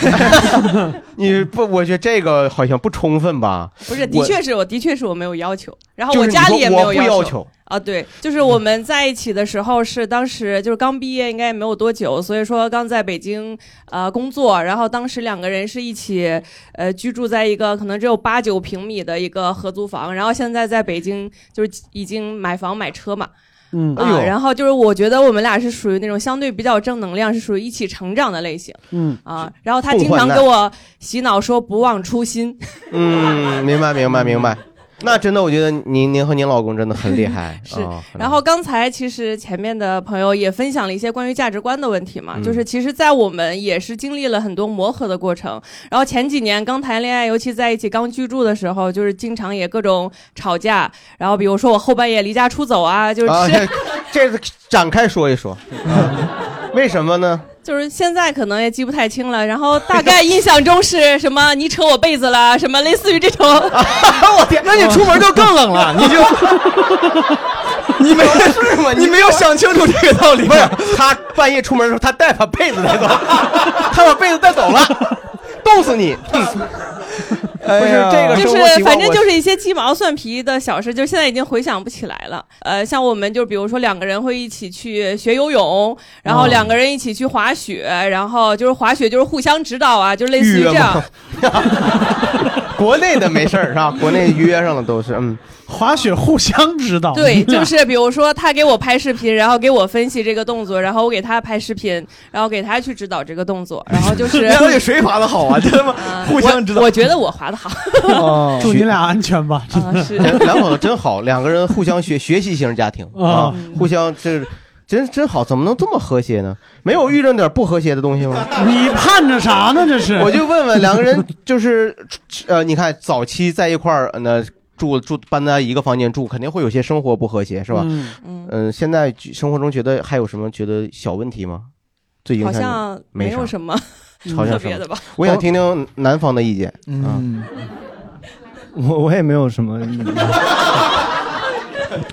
B: 你不，我觉得这个好像不充分吧？
J: 不是，的
B: 我
J: 确是我的确是我没有要求，然后
B: 就是
J: 我
B: 你
J: 家
B: 说
J: 里也没
B: 我
J: 有
B: 不
J: 要
B: 要
J: 求
B: 求。
J: 啊，对，就是我们在一起的时候是当时就是刚毕业，应该也没有多久，所以说刚在北京呃工作，然后当时两个人是一起呃居住在一个可能只有八九平米的一个合租房，然后现在在北京就是已经买房买车嘛，
C: 嗯
B: 哎
J: 啊，然后就是我觉得我们俩是属于那种相对比较正能量，是属于一起成长的类型
C: 嗯，
J: 啊，然后他
B: 共
J: 经
B: 患
J: 常
B: 难
J: 给我洗脑说不忘初心，
B: 嗯，明白，明白，明白。那真的，我觉得您您和您老公真的很厉害。
J: 是
B: 啊
J: 然后刚才其实前面的朋友也分享了一些关于价值观的问题嘛，
B: 嗯
J: 就是其实，在我们也是经历了很多磨合的过程。然后前几年刚谈恋爱，尤其在一起刚居住的时候，就是经常也各种吵架。然后比如说我后半夜离家出走 啊，就是、
B: 啊，这这个展开说一说，
D: 嗯
B: 为什么 呢？
J: 就是现在可能也记不太清了。然后大概印象中是什么你扯我被子啦，什 么类似于这种。
B: 我天，那你出门就更冷了，你就你没是吗？
D: 你没有 想清楚这个道理。啊
B: 不是，他半夜出门的时候，他带把被子带走， 他把被子带走了，冻死 你！
D: 哎
B: 不是这个
J: 就
B: 生活习惯
J: 是反正
B: 我
J: 就是一些鸡毛蒜皮的小事，就现在已经回想不起来了。呃，像我们就比如说两个人会一起去学游泳，然后
B: 哦
J: 两个人一起去滑雪，然后就是滑雪就是互相指导啊，就类似于
B: 预约
J: 这样
B: 吗。国内的没事儿是吧？国内约上了都是，嗯，
C: 滑雪互相指导
J: 对，就是比如说他给我拍视频，然后给我分析这个动作，然后我给他拍视频，然后给他去指导这个动作，然后就是
D: 到底谁滑的好啊？真的吗？互相指导。
J: 我觉得我啊滑的好。
D: 哦
C: 祝你俩安全吧。
J: 是
B: 哎两口子真好，两个人互相学学习型家庭啊，互相这真真好，怎么能这么和谐呢？没有遇上点不和谐的东西吗？
C: 你盼着啥呢？这是？
B: 我就问问两个人，就是呃，你看早期在一块儿，呃那住住搬在一个房间住，肯定会有些生活不和谐，是吧？
J: 嗯
B: 嗯、现在生活中觉得还有什么觉得小问题吗？最影
J: 好
B: 响你
J: 像
B: 没
J: 没有什么
B: 啥好像
J: 特
B: 什
J: 别
B: 么
J: 的吧
B: 我想听听南方的意见。啊
K: 嗯， 我我也没有什么。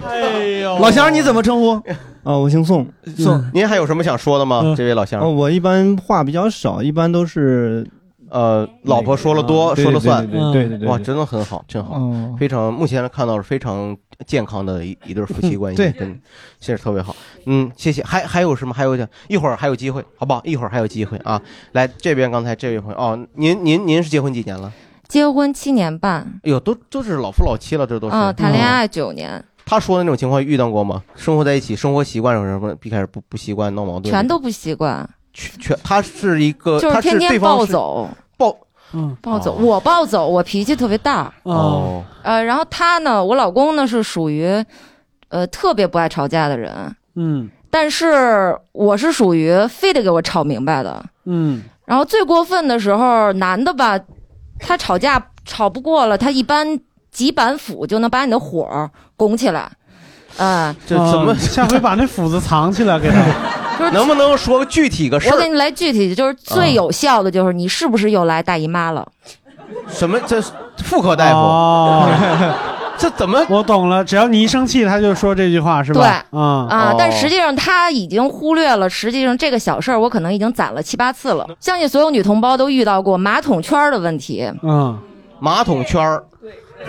C: 哎呦
K: 老乡，你怎么称呼？啊，我姓宋，宋。
B: 您还有什么想说的吗？这位老乡，
K: 哦，我一般话比较少，一般都是
B: 呃，老婆说了多，
K: 啊对
B: 说了算，
K: 对对对对对对
B: 哇，真的很好，真好，
K: 嗯
B: 非常目前看到是非常健康的一一对夫妻关系，
K: 对
B: 真现实特别好，嗯，谢谢，还还有什么？还有一一会儿还有机会，好不好？一会儿还有机会啊，来这边刚才这位朋友哦，您您您是结婚几年了？
L: 结婚七年半，
B: 哎呦，都都是老夫老妻了，这都是，
K: 啊
L: 嗯，谈恋爱九年，
B: 他说的那种情况遇到过吗？生活在一起，生活习惯有什么一开始不不习惯闹矛盾，
L: 全都不习惯，
B: 全他是一个，
L: 就是
B: 他
L: 天天
B: 对方
L: 暴
B: 是
L: 走，
B: 暴，
C: 嗯，
L: 暴走，我暴走，我脾气特别大，
B: 哦，
L: 呃，然后他呢，我老公呢是属于，呃，特别不爱吵架的人，
C: 嗯
L: 但是我是属于非得给我吵明白的，
C: 嗯
L: 然后最过分的时候，男的吧，他吵架吵不过了，他一般几板斧就能把你的火儿拱起来，啊、
B: 这怎么
C: 啊下回把那斧子藏起来给他？
B: 能不能说具体个事儿？
L: 我给你来具体，就是最有效的就是你是不是又来大姨妈了？
B: 什么？这是妇科大夫？
C: 哦
B: 这怎么？
C: 我懂了，只要你一生气，他就说这句话是吧？
L: 对
C: 啊
L: 啊，
B: 哦
L: 但实际上他已经忽略了，实际上这个小事儿我可能已经攒了七八次
B: 嗯
L: 了。相信所有女同胞都遇到过马桶圈儿的问题，
C: 嗯，
B: 马桶圈儿，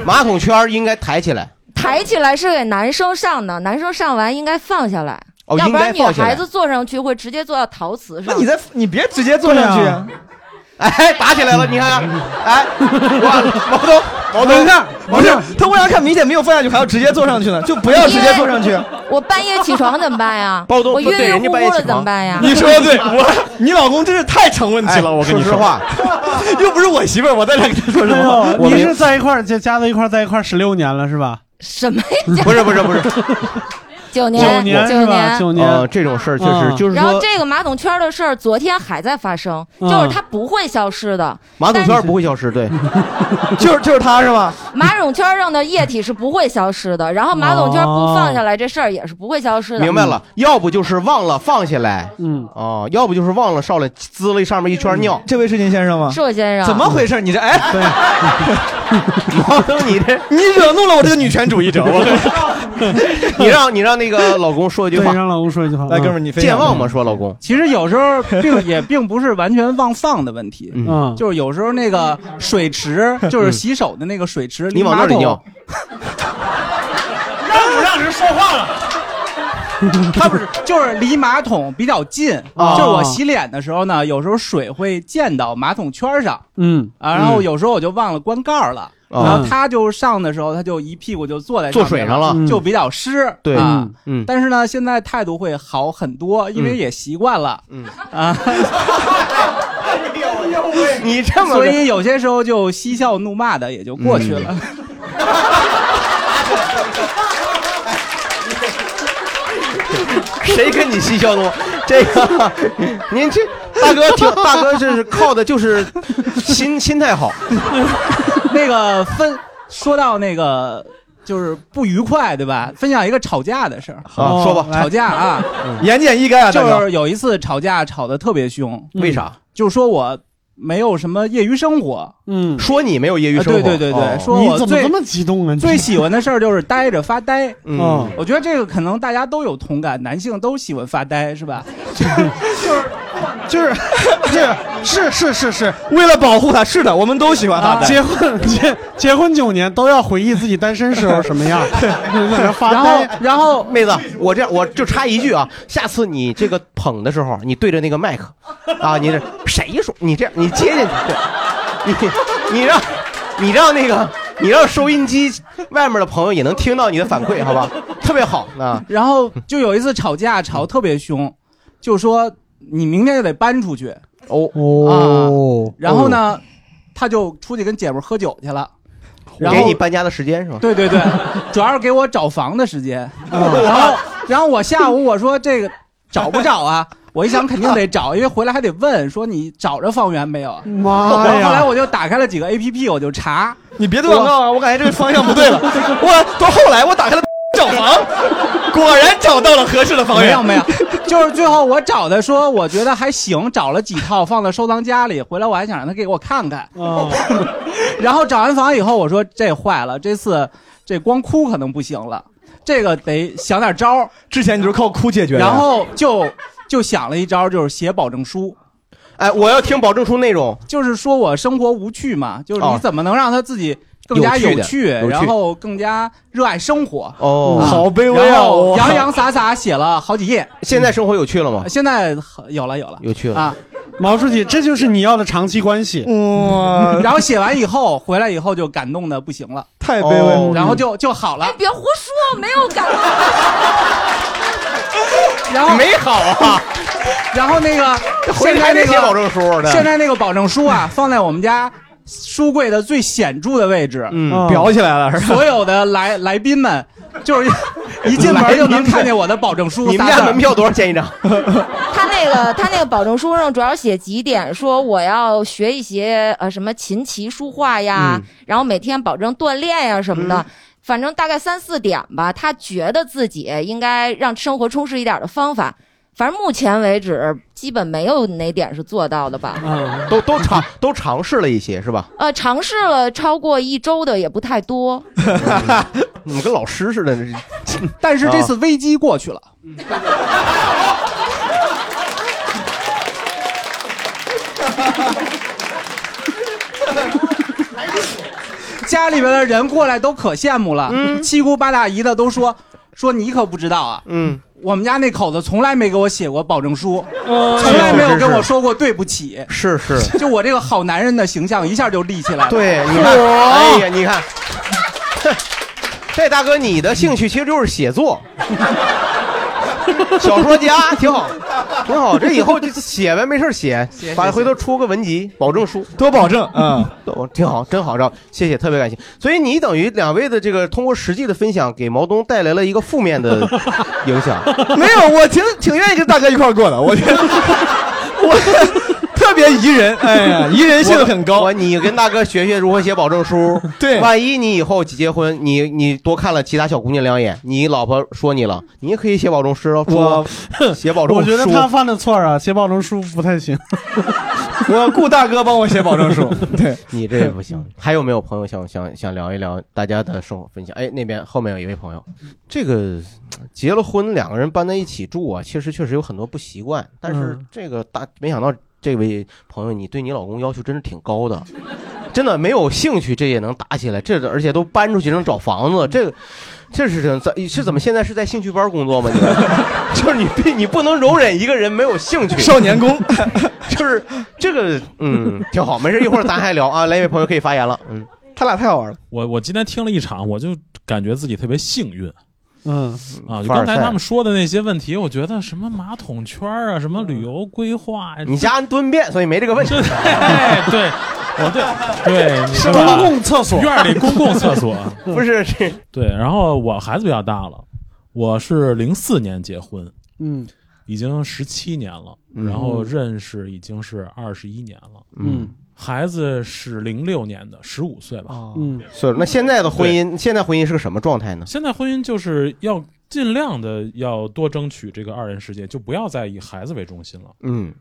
B: 马桶圈儿应该抬起来。
L: 抬起来是给男生上的，男生上完应该放下来，
B: 哦
L: 要不然
B: 应
L: 女
B: 该放下来
L: 孩子坐上去会直接坐到陶瓷 上。
D: 你在你别直接坐上去啊！
B: 哎，打起来了，你看 看，哎，哇，毛东，毛
D: 等一
B: 东，
D: 下，不是他为啥看明显没有放下去，还要直接坐上去呢？就不要直接坐上去。
L: 我半夜起床怎么办呀？
B: 暴动
L: 我
B: 不对
L: 晕晕
B: 人家
L: 乎
B: 半夜
L: 乎的
B: 起
L: 怎
B: 床
L: 么办呀？
D: 你说的对，我你老公真是太成问题
B: 哎
D: 了，我跟你
B: 说实话，
D: 又不是我媳妇儿，我在这跟他说什
C: 哎
D: 么？
C: 呦，你是在一块儿加加在一块儿在一块儿十六年了是吧？
L: 什么呀？
B: 不是不是不是，
L: 九年
C: 九年是吧？九年，
B: 呃，这种事儿确
C: 啊
B: 实就是
L: 嗯然后
B: 说，嗯
L: 这个马桶圈儿的事儿，昨天还在发生，就是它不会消失的。
B: 马桶圈儿不会消失，对，
D: 就是就是他是吧？
L: 马桶圈上的液体是不会消失的，然后马桶圈不放下来这事儿也是不会消失的。
B: 明白了，要不就是忘了放下来，
C: 嗯，
B: 哦，要不就是忘了上来滋了上面一圈尿。
D: 这位是您先生吗
L: 嗯？？是我先生。
D: 怎么回事？你这哎，
B: 毛东，你这，
D: 你惹怒了我这个女权主义者！我跟
B: 你
D: 你说
B: 让你让那个老公说一句
C: 对，
B: 话，
C: 让老公说一句
B: 嗯
C: 话。
D: 来，哥们儿，你分
B: 健
D: 享
B: 忘吗？说老公，
K: 其实有时候并 也并不是完全忘放的问题，
C: 嗯，
K: 就是有时候那个水池，就是洗手的那个水池，
B: 你往那
K: 马
B: 里
K: 桶
B: 尿，
K: 让不让人说话了？他不是，就是离马桶比较近，
B: 啊
C: 哦
K: 就是我洗脸的时候呢，有时候水会溅到马桶圈上
C: 嗯，
K: 啊，然后有时候我就忘了关盖儿了，
B: 哦
K: 然后他就上的时候，他就一屁股就坐在
B: 坐水上
K: 上
B: 了嗯
K: 面就比较湿，
B: 对
K: 啊。
B: 嗯，
K: 但是呢，现在态度会好很多，因为也习惯了，
B: 嗯
K: 啊，
B: 你这么
K: 所以有些时候就嬉笑怒骂的也就过去了。
B: 嗯 谁跟你嬉笑 怒？这个，您这大哥挺大哥，这是靠的 就是
K: 啊
B: 心心态好。
K: 那个分说到那个就是不愉快，对吧？分享一个吵架的事儿，
B: 好，
C: 哦
B: 说吧，嗯
K: 吵架啊，
D: 言简意赅啊，
K: 就
D: 大哥。
K: 是有一次吵架吵得特别凶，
B: 嗯为啥？
K: 就说我没有什么业余生活，
C: 嗯，
B: 说你没有业余
K: 啊
B: 生活，
K: 对对对对，
B: 哦
K: 说我最
C: 激动
B: 啊
C: 呢
K: 最喜欢的事儿就是呆着发呆。
B: 嗯
K: 我觉得这个可能大家都有同感，男性都喜欢发呆，是吧？
C: 就是是是是是是，
D: 为了保护他，是的，我们都喜欢他。
C: 结婚结结婚九年都要回忆自己单身时候什么样， 在那发呆。
K: 然后
B: 妹子，我这我就插一句啊，下次你这个捧的时候，你对着那个麦克，啊，你这谁说你这样，你接进去，对你你让你让那个你让收音机外面的朋友也能听到你的反馈，好吧？特别好啊。
K: 然后就有一次吵架，吵特别凶，就说你明天就得搬出去。
B: 哦
C: 哦
K: 然后呢，他就出去跟姐们儿喝酒去了。然后
B: 给你搬家的时间是吧？
D: 啊
K: 对对 对，主要是给我找房的时间。
B: 嗯
K: 然后，然后我下午我说这个找不找啊？ 我一想肯定得找，因为回来还得问说你找着房源没有啊。
C: 妈
K: 然后后来
C: 呀！
K: 我就打开了几个 A P P，我就查。
D: 你别做广告啊，我感觉这个方向不对了。 我到后来我打开了找房，果然找到了合适的房
K: 没
D: 源
K: 有。没有， 就是最后我找的说，我觉得还行，找了几套放在收藏夹里，回来我还想让他给我看看。
C: 哦
K: 然后找完房以后，我说这坏了，这次这光哭可能不行了，这个得想点招儿。
D: 之前你就是靠哭解决的
K: 然后就就想了一招，就是写保证书。
B: 哎，我要听保证书内容，
K: 就是说我生活无趣嘛，就是你
B: 哦
K: 怎么能让他自己更加有
B: 有趣的有趣
K: 然后更加热爱生活？
B: 哦
K: 啊
B: 好卑微啊
K: 然后
B: 我
K: 洋洋洒洒写了好几页。
B: 现在生活有趣了吗？
K: 现在有了有了
B: 有趣了
K: 啊！
C: 毛书记，这就是你要的长期关系。
B: 嗯
D: 哇
K: 然后写完以后回来以后就感动的不行了，
D: 太
C: 卑微了
K: 然后就就好了。
L: 哎别胡说，没有感觉。
K: 然后
B: 没好啊。
K: 然后那个
B: 回
K: 现
B: 去
K: 在
B: 还得
K: 那
B: 写
K: 个
B: 保证书啊呢
K: 现在那个保证书啊，放在我们家书柜的最显著的位置，
D: 嗯裱起来了是吧
K: 所有的来来宾们，就是一一进门就能看见我的保证书。
B: 你们
K: 仨字
B: 家
K: 儿
B: 门票多少钱一 张？
L: 他那个他那个保证书上主要写几点，说我要学一些呃什么琴棋书画
K: 嗯
L: 呀，然后每天保证锻炼呀什么的。反正大概三四点吧，他觉得自己应该让生活充实一点的方法，反正目前为止基本没有哪点是做到的吧。
K: 啊
B: 嗯，都都尝都尝试了一些 是吧？
L: 呃，尝试了超过一周的也不太多。
B: 你嗯们跟老师似的，
K: 但是
B: 啊
K: 这次危机过去了。家里边的人过来都可羡慕了，七姑八大姨的都说说你可不知道啊，
B: 嗯，
K: 我们家那口子从来没给我写过保证书，
B: 哦
K: 从来没有跟我说过对不起，
B: 是是，
K: 就我这个好男人的形象一下就立起来了。
B: 对，你看，哎呀，你看，这大哥你的兴趣其实就是写作，小说家挺好，挺好。这以后就写呗，没事儿写
D: 写，
B: 把
D: 写
B: 回头出个文集，保证书，
D: 多保证嗯，
B: 都挺好，真好，赵，谢谢，特别感谢。所以你等于两位的这个通过实际的分享，给毛东带来了一个负面 的影响。
D: 没有，我挺挺愿意跟大哥一块儿过的，我觉得我特别宜人，哎呀，宜人性很高。
B: 我你跟大哥学学如何写保证书。
D: 对
B: 万一你以后结婚，你你多看了其他小姑娘两眼，你老婆说你了，你也可以写保证书了。
C: 我
B: 说 写保证书，
C: 我觉得他犯的错儿啊，写保证书不 太行。
D: 我要雇大哥帮我写保证书。对
B: 你这不行。还有没有朋友想想想聊一聊大家的生活分享？哎，那边后面有一位朋友，这个结了婚两个人搬在一起住啊，其实确实有很多不习惯，但是
D: 嗯
B: 这个大没想到这位朋友，你对你老公要求真是挺高的。真的没有兴趣，这也能打起来，这而且都搬出去能找房子，这个这是怎怎是怎么现在是在兴趣班工作吗？你们 就是你必你不能容忍一个人没有兴趣，
D: 少年宫
B: 就是这个嗯挺好，没事，一会儿咱还聊啊，来一位朋友可以发言了，嗯，
D: 他俩太好玩了。
M: 我我今天听了一场，我就感觉自己特别幸运
C: 嗯
M: 啊！就
B: 凡尔
M: 刚
B: 赛
M: 才他们说的那些问题，我觉得什么马桶圈啊，什么旅游规划呀，
B: 你家安蹲便，所以没这个问题。
M: 哎，对，我对 对，你
B: 是
M: 吧
B: 公共厕所，
M: 院里公共厕所
B: 不是是，
M: 对。然后我孩子比较大了，我是零四年结婚，
C: 嗯
M: 已经十七年了，
C: 嗯
M: 然后认识已经是二十一年了，
C: 嗯，
M: 孩子是零六年的，十五岁吧，
C: 嗯，
B: 是那现在的婚姻，现在婚姻是个什么状态呢？
M: 现在婚姻就是要尽量的要多争取这个二人世界，就不要再以孩子为中心了。
B: 嗯，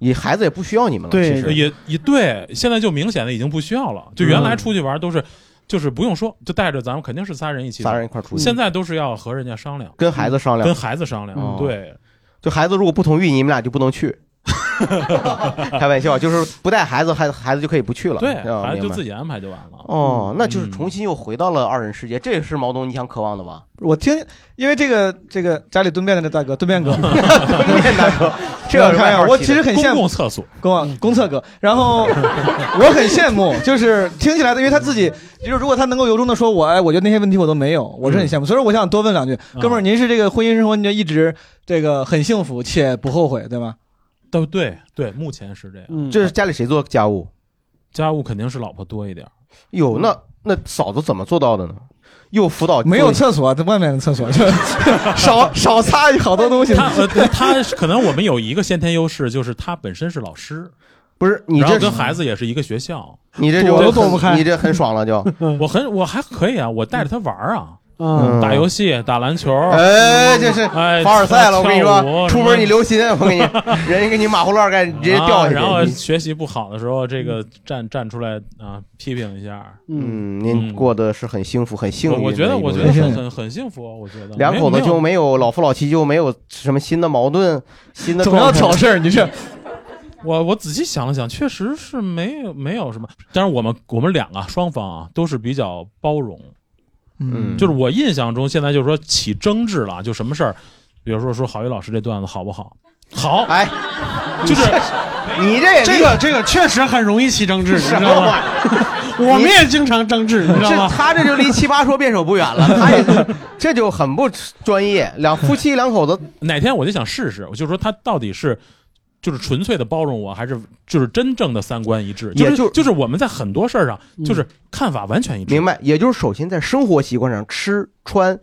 B: 你孩子也不需要你们了。其实
M: 也也对，现在就明显的已经不需要了。就原
B: 嗯
M: 来出去玩都是，就是不用说，就带着咱们肯定是仨人一起，
B: 仨人一块儿出去
M: 现在都是要和人家商量，
B: 跟孩子商量，哦
M: 跟孩子商量，对，
B: 就孩子如果不同意，你们俩就不能去。开玩笑，就是不带孩子，孩子孩子就可以不去了，
M: 对，
B: 哦
M: 孩子就
B: 明白
M: 自己安排就完了。
B: 哦，那就是重新又回到了二人世界，这是毛东你想渴望的吧？
D: 我听，因为这个这个家里蹲便的那大哥，蹲便 哥，
B: 这有什么
D: 开玩
B: 好奇
D: 笑
B: 的
D: 我其实很羡慕
M: 公共厕所，嗯
D: 公公厕哥。然后我很羡慕，就是听起来的，因为他自己就是如果他能够由衷的说我，哎，我觉得那些问题我都没有，我是很
M: 嗯
D: 羡慕。所以说我想多问两句，哥们儿，您是这个婚姻生活，您就一直这个很幸福且不后悔，对吗？
M: 都对 对，目前是这样。
B: 这是家里谁做家务？
M: 家务肯定是老婆多一点。
B: 有那那嫂子怎么做到的呢？又辅导
D: 没有厕所，在外面的 厕所，就少少擦好多东西。
M: 他呃，他是可能我们有一个先天优势，就是他本身是老师，
B: 不是你
M: 然后
B: 这
M: 跟孩子也是一个学校，
B: 你这就你这很爽了就。
M: 我很我还可以啊，我带着他玩儿啊，
B: 嗯
M: 打游戏、打篮球，
B: 哎，这是
M: 哎
B: 凡尔赛了，我跟你
M: 跳舞
B: 说，出门你留心，我跟 你，人家给你马虎乱干，你直接掉下
M: 啊
B: 去。
M: 然后
B: 你
M: 学习不好的时候，这个站站出来啊，批评一下。
B: 嗯，您过得是很幸福，很幸运
M: 我
B: 的一个
M: 我觉
B: 人。
M: 得我觉得很很很幸福，我觉得
B: 两口子就
M: 没
B: 没有老夫老妻，就没有什么新的矛盾，新的
M: 总要
B: 状态
M: 挑事儿 你这我我仔细想了想，确实是没有没有什么。但是我们我们两个双方啊，都是比较包容。
B: 嗯
M: 就是我印象中，现在就是说起争执了，就什么事儿，比如说说郝宇老师这段子好不好？好，
B: 哎，
M: 就是
B: 你这也
C: 这个这个确实很容易起争执， 你知
B: 什么
C: 道吗
B: 玩？
C: 我们也经常争执，你知道吗？
B: 他这就离奇葩说辩手不远了，他也是这就很不专业。两夫妻两口子，
M: 哪天我就想试试，我就说他到底是就是纯粹的包容我，还是就是真正的三观一致？
B: 也嗯
M: 就是就是我们在很多事儿上就是看法完全一致。
B: 明白？也就是首先在生活习惯上，吃穿，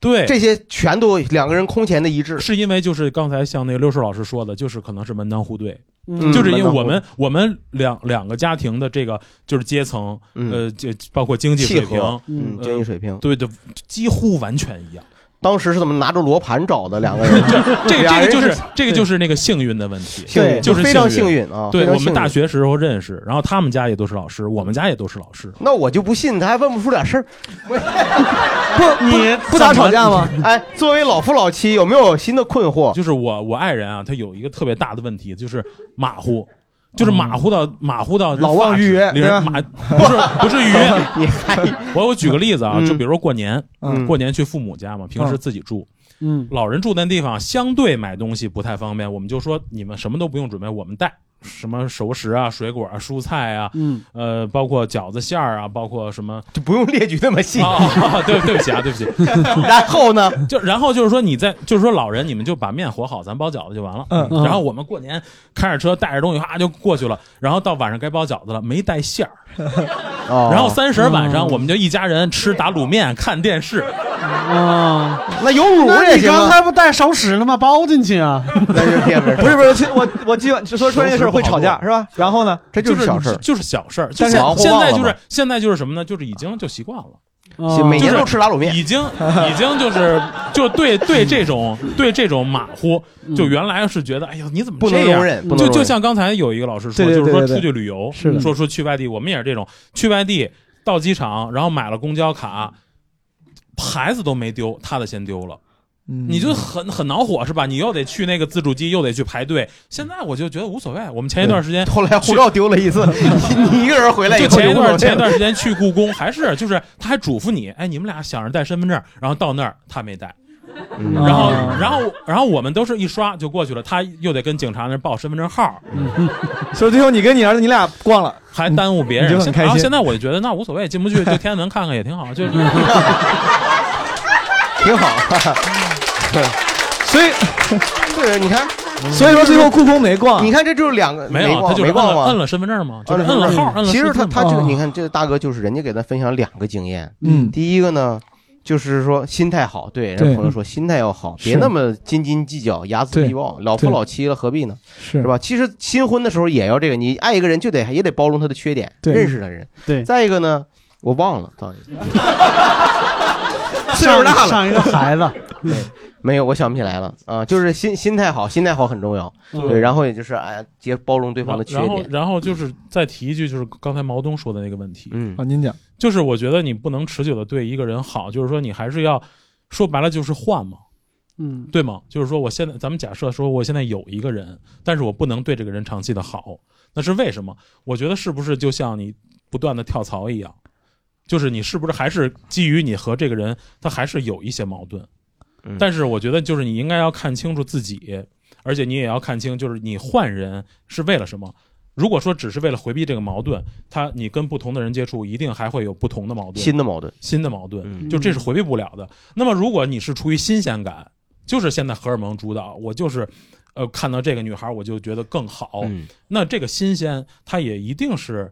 M: 对
B: 这些全都两个人空前的一致。
M: 是因为就是刚才像那个六叔老师说的，就是可能是门当户对，
B: 嗯
M: 就是因为我
B: 门当
M: 们我们两两个家庭的这个就是阶层，呃，就包括经济
B: 契
M: 水平
B: 合，，嗯，
M: 呃
B: 经济水平，
M: 对对，几乎完全一样。
B: 当时是怎么拿着罗盘找的？两个人，
M: 这个
B: 俩人
M: 这个就是这个就是那个幸运的问题，
B: 幸运
M: 就是
B: 非常幸运啊非
M: 对
B: 常
M: 我
B: 幸运
M: 们大学时候认识，然后他们家也都是老师，我们家也都是老师。
B: 那我就不信他还问不出俩 事儿。不，
M: 你
B: 不打吵架吗？ 哎，作为老夫老妻，有没有新的困惑？
M: 就是我我爱人啊，他有一个特别大的问题，就是马虎。就是马
B: 哦
M: 虎到马虎到
D: 老忘预约
M: 令人
D: 对吧
M: 马不是不至于
B: 你还
M: 我我举个例子啊，
D: 嗯
M: 就比如说过年
D: 嗯，
M: 过年去父母家嘛，平时自己住，
C: 嗯，
M: 老人住那地方相对买东西不太方便，我们就说你们什么都不用准备，我们带什么熟食啊、水果啊、蔬菜啊，
C: 嗯，
M: 呃，包括饺子馅儿啊，包括什么，
B: 就不用列举那么细
M: 哦、对，对不起啊，对不起。
B: 然后呢？
M: 就然后就是说你在，就是说老人你们就把面和好，咱包饺子就完了。
D: 嗯
M: 然后我们过年开着车带着东西哈就过去了，然后到晚上该包饺子了，没带馅儿。
B: 哦
M: 然后三十晚上，我们就一家人吃打卤面、看电视。
C: 啊，
B: 哦那有乳
C: 那
B: 也
C: 你
B: 行啊
C: 刚才不带勺匙了吗？包进 去啊！
D: 不是不是，其实我我今晚说说这个事儿会吵架是吧？然后呢，
B: 这
M: 就是就是小事儿。就
D: 但是
M: 现
D: 忙活
M: 现
D: 忘
M: 在
D: 了
M: 就是
D: 嘛
M: 现在就是什么呢？就是已经就习惯了。
B: 哦每年都吃打卤面
M: 已经已经就是就对对这种对这种马虎，就原来是觉得哎呦你怎么
B: 嗯不能
M: 这样
B: 容忍不能
M: 就
B: 容忍
M: 就像刚才有一个老师说，
B: 对对
M: 就
B: 对
M: 是说
B: 对对
M: 出去旅游，
B: 是的
M: 说说去外地，我们也是这种去外地到机场，然后买了公交卡，孩子都没丢，他的先丢了。你
B: 嗯
M: 就很很恼火是吧？你又得去那个自助机，又得去排队。现在我就觉得无所谓。我们前一段时间，
B: 后来护照丢了一次， 你一个人回来以
M: 就
B: 后
M: 前一
B: 就无所谓
M: 段前一
B: 了
M: 段时间去故宫，还是就是他还嘱咐你，哎，你们俩想着带身份证，然后到那儿他没带，
B: 嗯
M: 然后
B: 啊
M: 然后然后我们都是一刷就过去了，他又得跟警察那儿报身份证号，
D: 所以最后你跟你儿子你俩逛了，
M: 还耽误别人。
D: 你就很开
M: 然后
D: 心。
M: 现在我就觉得那无所谓，进不去就天安门看看也挺 好，就是
B: 挺好。对，
D: 所以
B: 对，你看，
D: 所以说最后故宫没逛。
B: 你看这就是两个
M: 没有
B: 逛
M: 他就
B: 呃
M: 是
B: 没逛
M: 摁了
B: 吗？
M: 摁了身份证嘛就是摁了
B: 身份
M: 号摁了
B: 其实
M: 身
B: 他
M: 份
B: 他
M: 嘛
B: 这个
M: 啊
B: 你看这大哥就是人家给咱分享两个经验，
D: 嗯
B: 第一个呢。就是说心态好，对，人
D: 对
B: 家朋友说心态要好，
D: 是
B: 别那么斤斤计较、睚眦必报，
D: 对
B: 老夫
D: 对
B: 老妻了何必呢？
D: 是
B: 吧？其实新婚的时候也要这个，你爱一个人就得也得包容他的缺点，
D: 对
B: 认识的人。
C: 对，
B: 再一个呢，我忘了，到底岁
C: 上
B: 数大了，
C: 上一个孩子，
B: 对，没有，我想不起来了啊，就是心心态好，心态好很重要。
M: 嗯
B: 对，然后也就是哎，接包容对方的缺
M: 然后
B: 点。
M: 然后就是再提一句，就是刚才毛东说的那个问题，
B: 嗯
D: 啊，您讲，
M: 就是我觉得你不能持久的对一个人好，就是说你还是要说白了就是换嘛，
C: 嗯，
M: 对吗？就是说，我现在咱们假设说，我现在有一个人，但是我不能对这个人长期的好，那是为什么？我觉得是不是就像你不断的跳槽一样，就是你是不是还是基于你和这个人他还是有一些矛盾？
B: 嗯
M: 但是我觉得就是你应该要看清楚自己，而且你也要看清，就是你换人是为了什么。如果说只是为了回避这个矛盾，他你跟不同的人接触，一定还会有不同的矛盾，
B: 新的矛盾，嗯
M: 新的矛盾，就这是回避不了的。那么如果你是出于新鲜感，就是现在荷尔蒙主导，我就是，呃，看到这个女孩我就觉得更好，
B: 嗯
M: 那这个新鲜它也一定是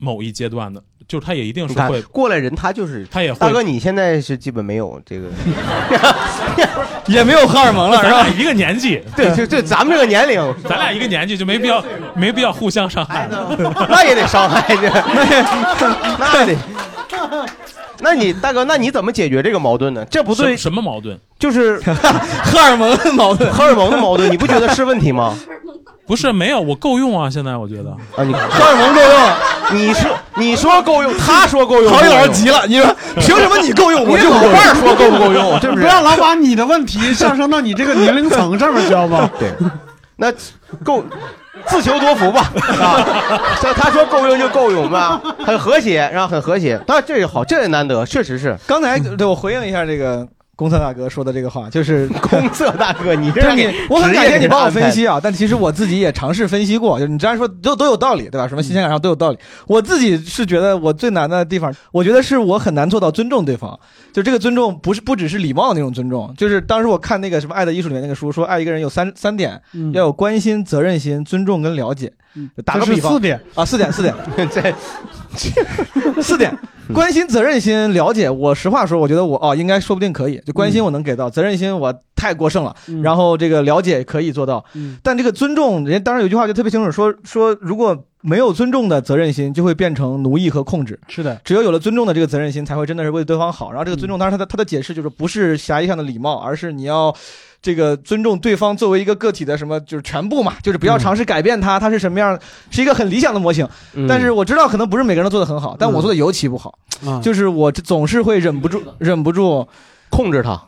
M: 某一阶段的，就是它也一定
B: 你
M: 是
B: 看
M: 会
B: 过来人，他就是
M: 他也会
B: 大哥，你现在是基本没有这个，
D: 也没有荷尔蒙了
M: 咱俩？一个年纪，
B: 对，就就咱们这个年龄，
M: 咱俩一个年纪就没必要没必要互相伤害，
B: 那也得伤害去，那得。那你大哥，那你怎么解决这个矛盾呢？这不对，
M: 什么矛盾？
B: 就是
D: 荷尔蒙的矛盾，
B: 荷尔蒙的矛盾，你不觉得是问题吗？
M: 不是没有，我够用啊！现在我觉得
B: 啊，你荷尔蒙够用，你说你说够用，他说够用，
D: 好友
B: 不够用
D: 急了，你说凭什么你够用，我就不够
B: 你
D: 用
B: 老伴儿说够不够用，是不是？
C: 要老把你的问题上升到你这个年龄层上面去，好不好？
B: 对，那够自求多福吧啊！这他说够用就够用吧，很和谐，然后很和谐，但这个好，这也难得，确实是。
D: 刚才对我回应一下这个公测大哥说的这个话， 就是
B: 公测大 哥，你
D: 不
B: 这
D: 是你
B: 给，
D: 我很感谢你帮我分析
B: 啊。
D: 啊，但其实我自己也尝试分析过，就是你之前说都都有道理，对吧？什么新鲜感上都有道理。我自己是觉得我最难的地方，我觉得是我很难做到尊重对方。就这个尊重不是不只是礼貌的那种尊重，就是当时我看那个什么《爱的艺术》里面那个书，说爱一个人有三三点，
C: 嗯
D: 要有关心、责任心、尊重跟了解。打个
C: 这是
D: 比方，
C: 四点
D: 啊，嗯四点四 点，这 四点。
C: 嗯
D: 关心、责任心、了解，我实话说，我觉得我哦，应该说不定可以。就关心我能给到，责任心我太过剩了，
C: 嗯
D: 然后这个了解可以做到，但这个尊重，人家当然有句话就特别清楚，说说如果没有尊重的责任心，就会变成奴役和控制。
C: 是的，
D: 只有有了尊重的这个责任心，才会真的是为对方好。然后这个尊重，当然他的他的解释就是不
C: 嗯
D: 是狭义上的礼貌，而是你要。这个尊重对方作为一个个体的什么，就是全部嘛，就是不
C: 嗯
D: 要尝试改变他，他是什么样，是一个很理想的模型。
B: 嗯
D: 但是我知道可能不是每个人都做得很好，但我做的尤其不好，
C: 嗯
D: 就是我这总是会忍不住，忍不住
B: 控制他。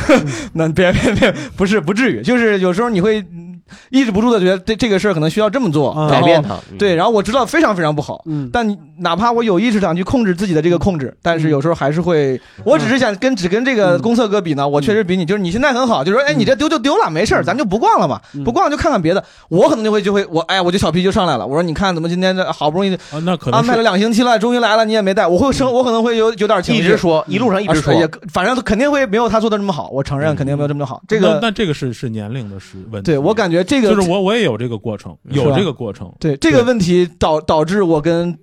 D: 那别别别，不是不至于，就是有时候你会嗯抑制不住的觉得这这个事儿可能需要这么做，然后
B: 改变它嗯
D: 对，然后我知道非常非常不好，
C: 嗯，
D: 但你哪怕我有意识想去控制自己的这个控制，但是有时候还是会，
B: 嗯
D: 我只是想跟只跟这个公测哥比呢，我确实比你，就是你现在很好，就说哎你这丢就丢了，没事儿，
B: 嗯
D: 咱就不逛了嘛，不逛就看看别的，我可能就会就会我哎我就小脾气就上来了，我说你看怎么今天这好不容易
M: 啊，那可能
D: 安
M: 是
D: 排了两星期了，终于来了，你也没带，我会生，我可能会有有点情绪，
B: 一直说一路上一直说嗯
D: 啊也反正肯定会没有他做的这么好，我承认肯定没有这么好。这
M: 那那
D: 个
M: 这个是是年龄的是问题，
D: 对我感觉这个
M: 就是我我也有这个过程，
D: 是
M: 有
D: 吧
M: 这个过程，
D: 对这个问题导导致我跟。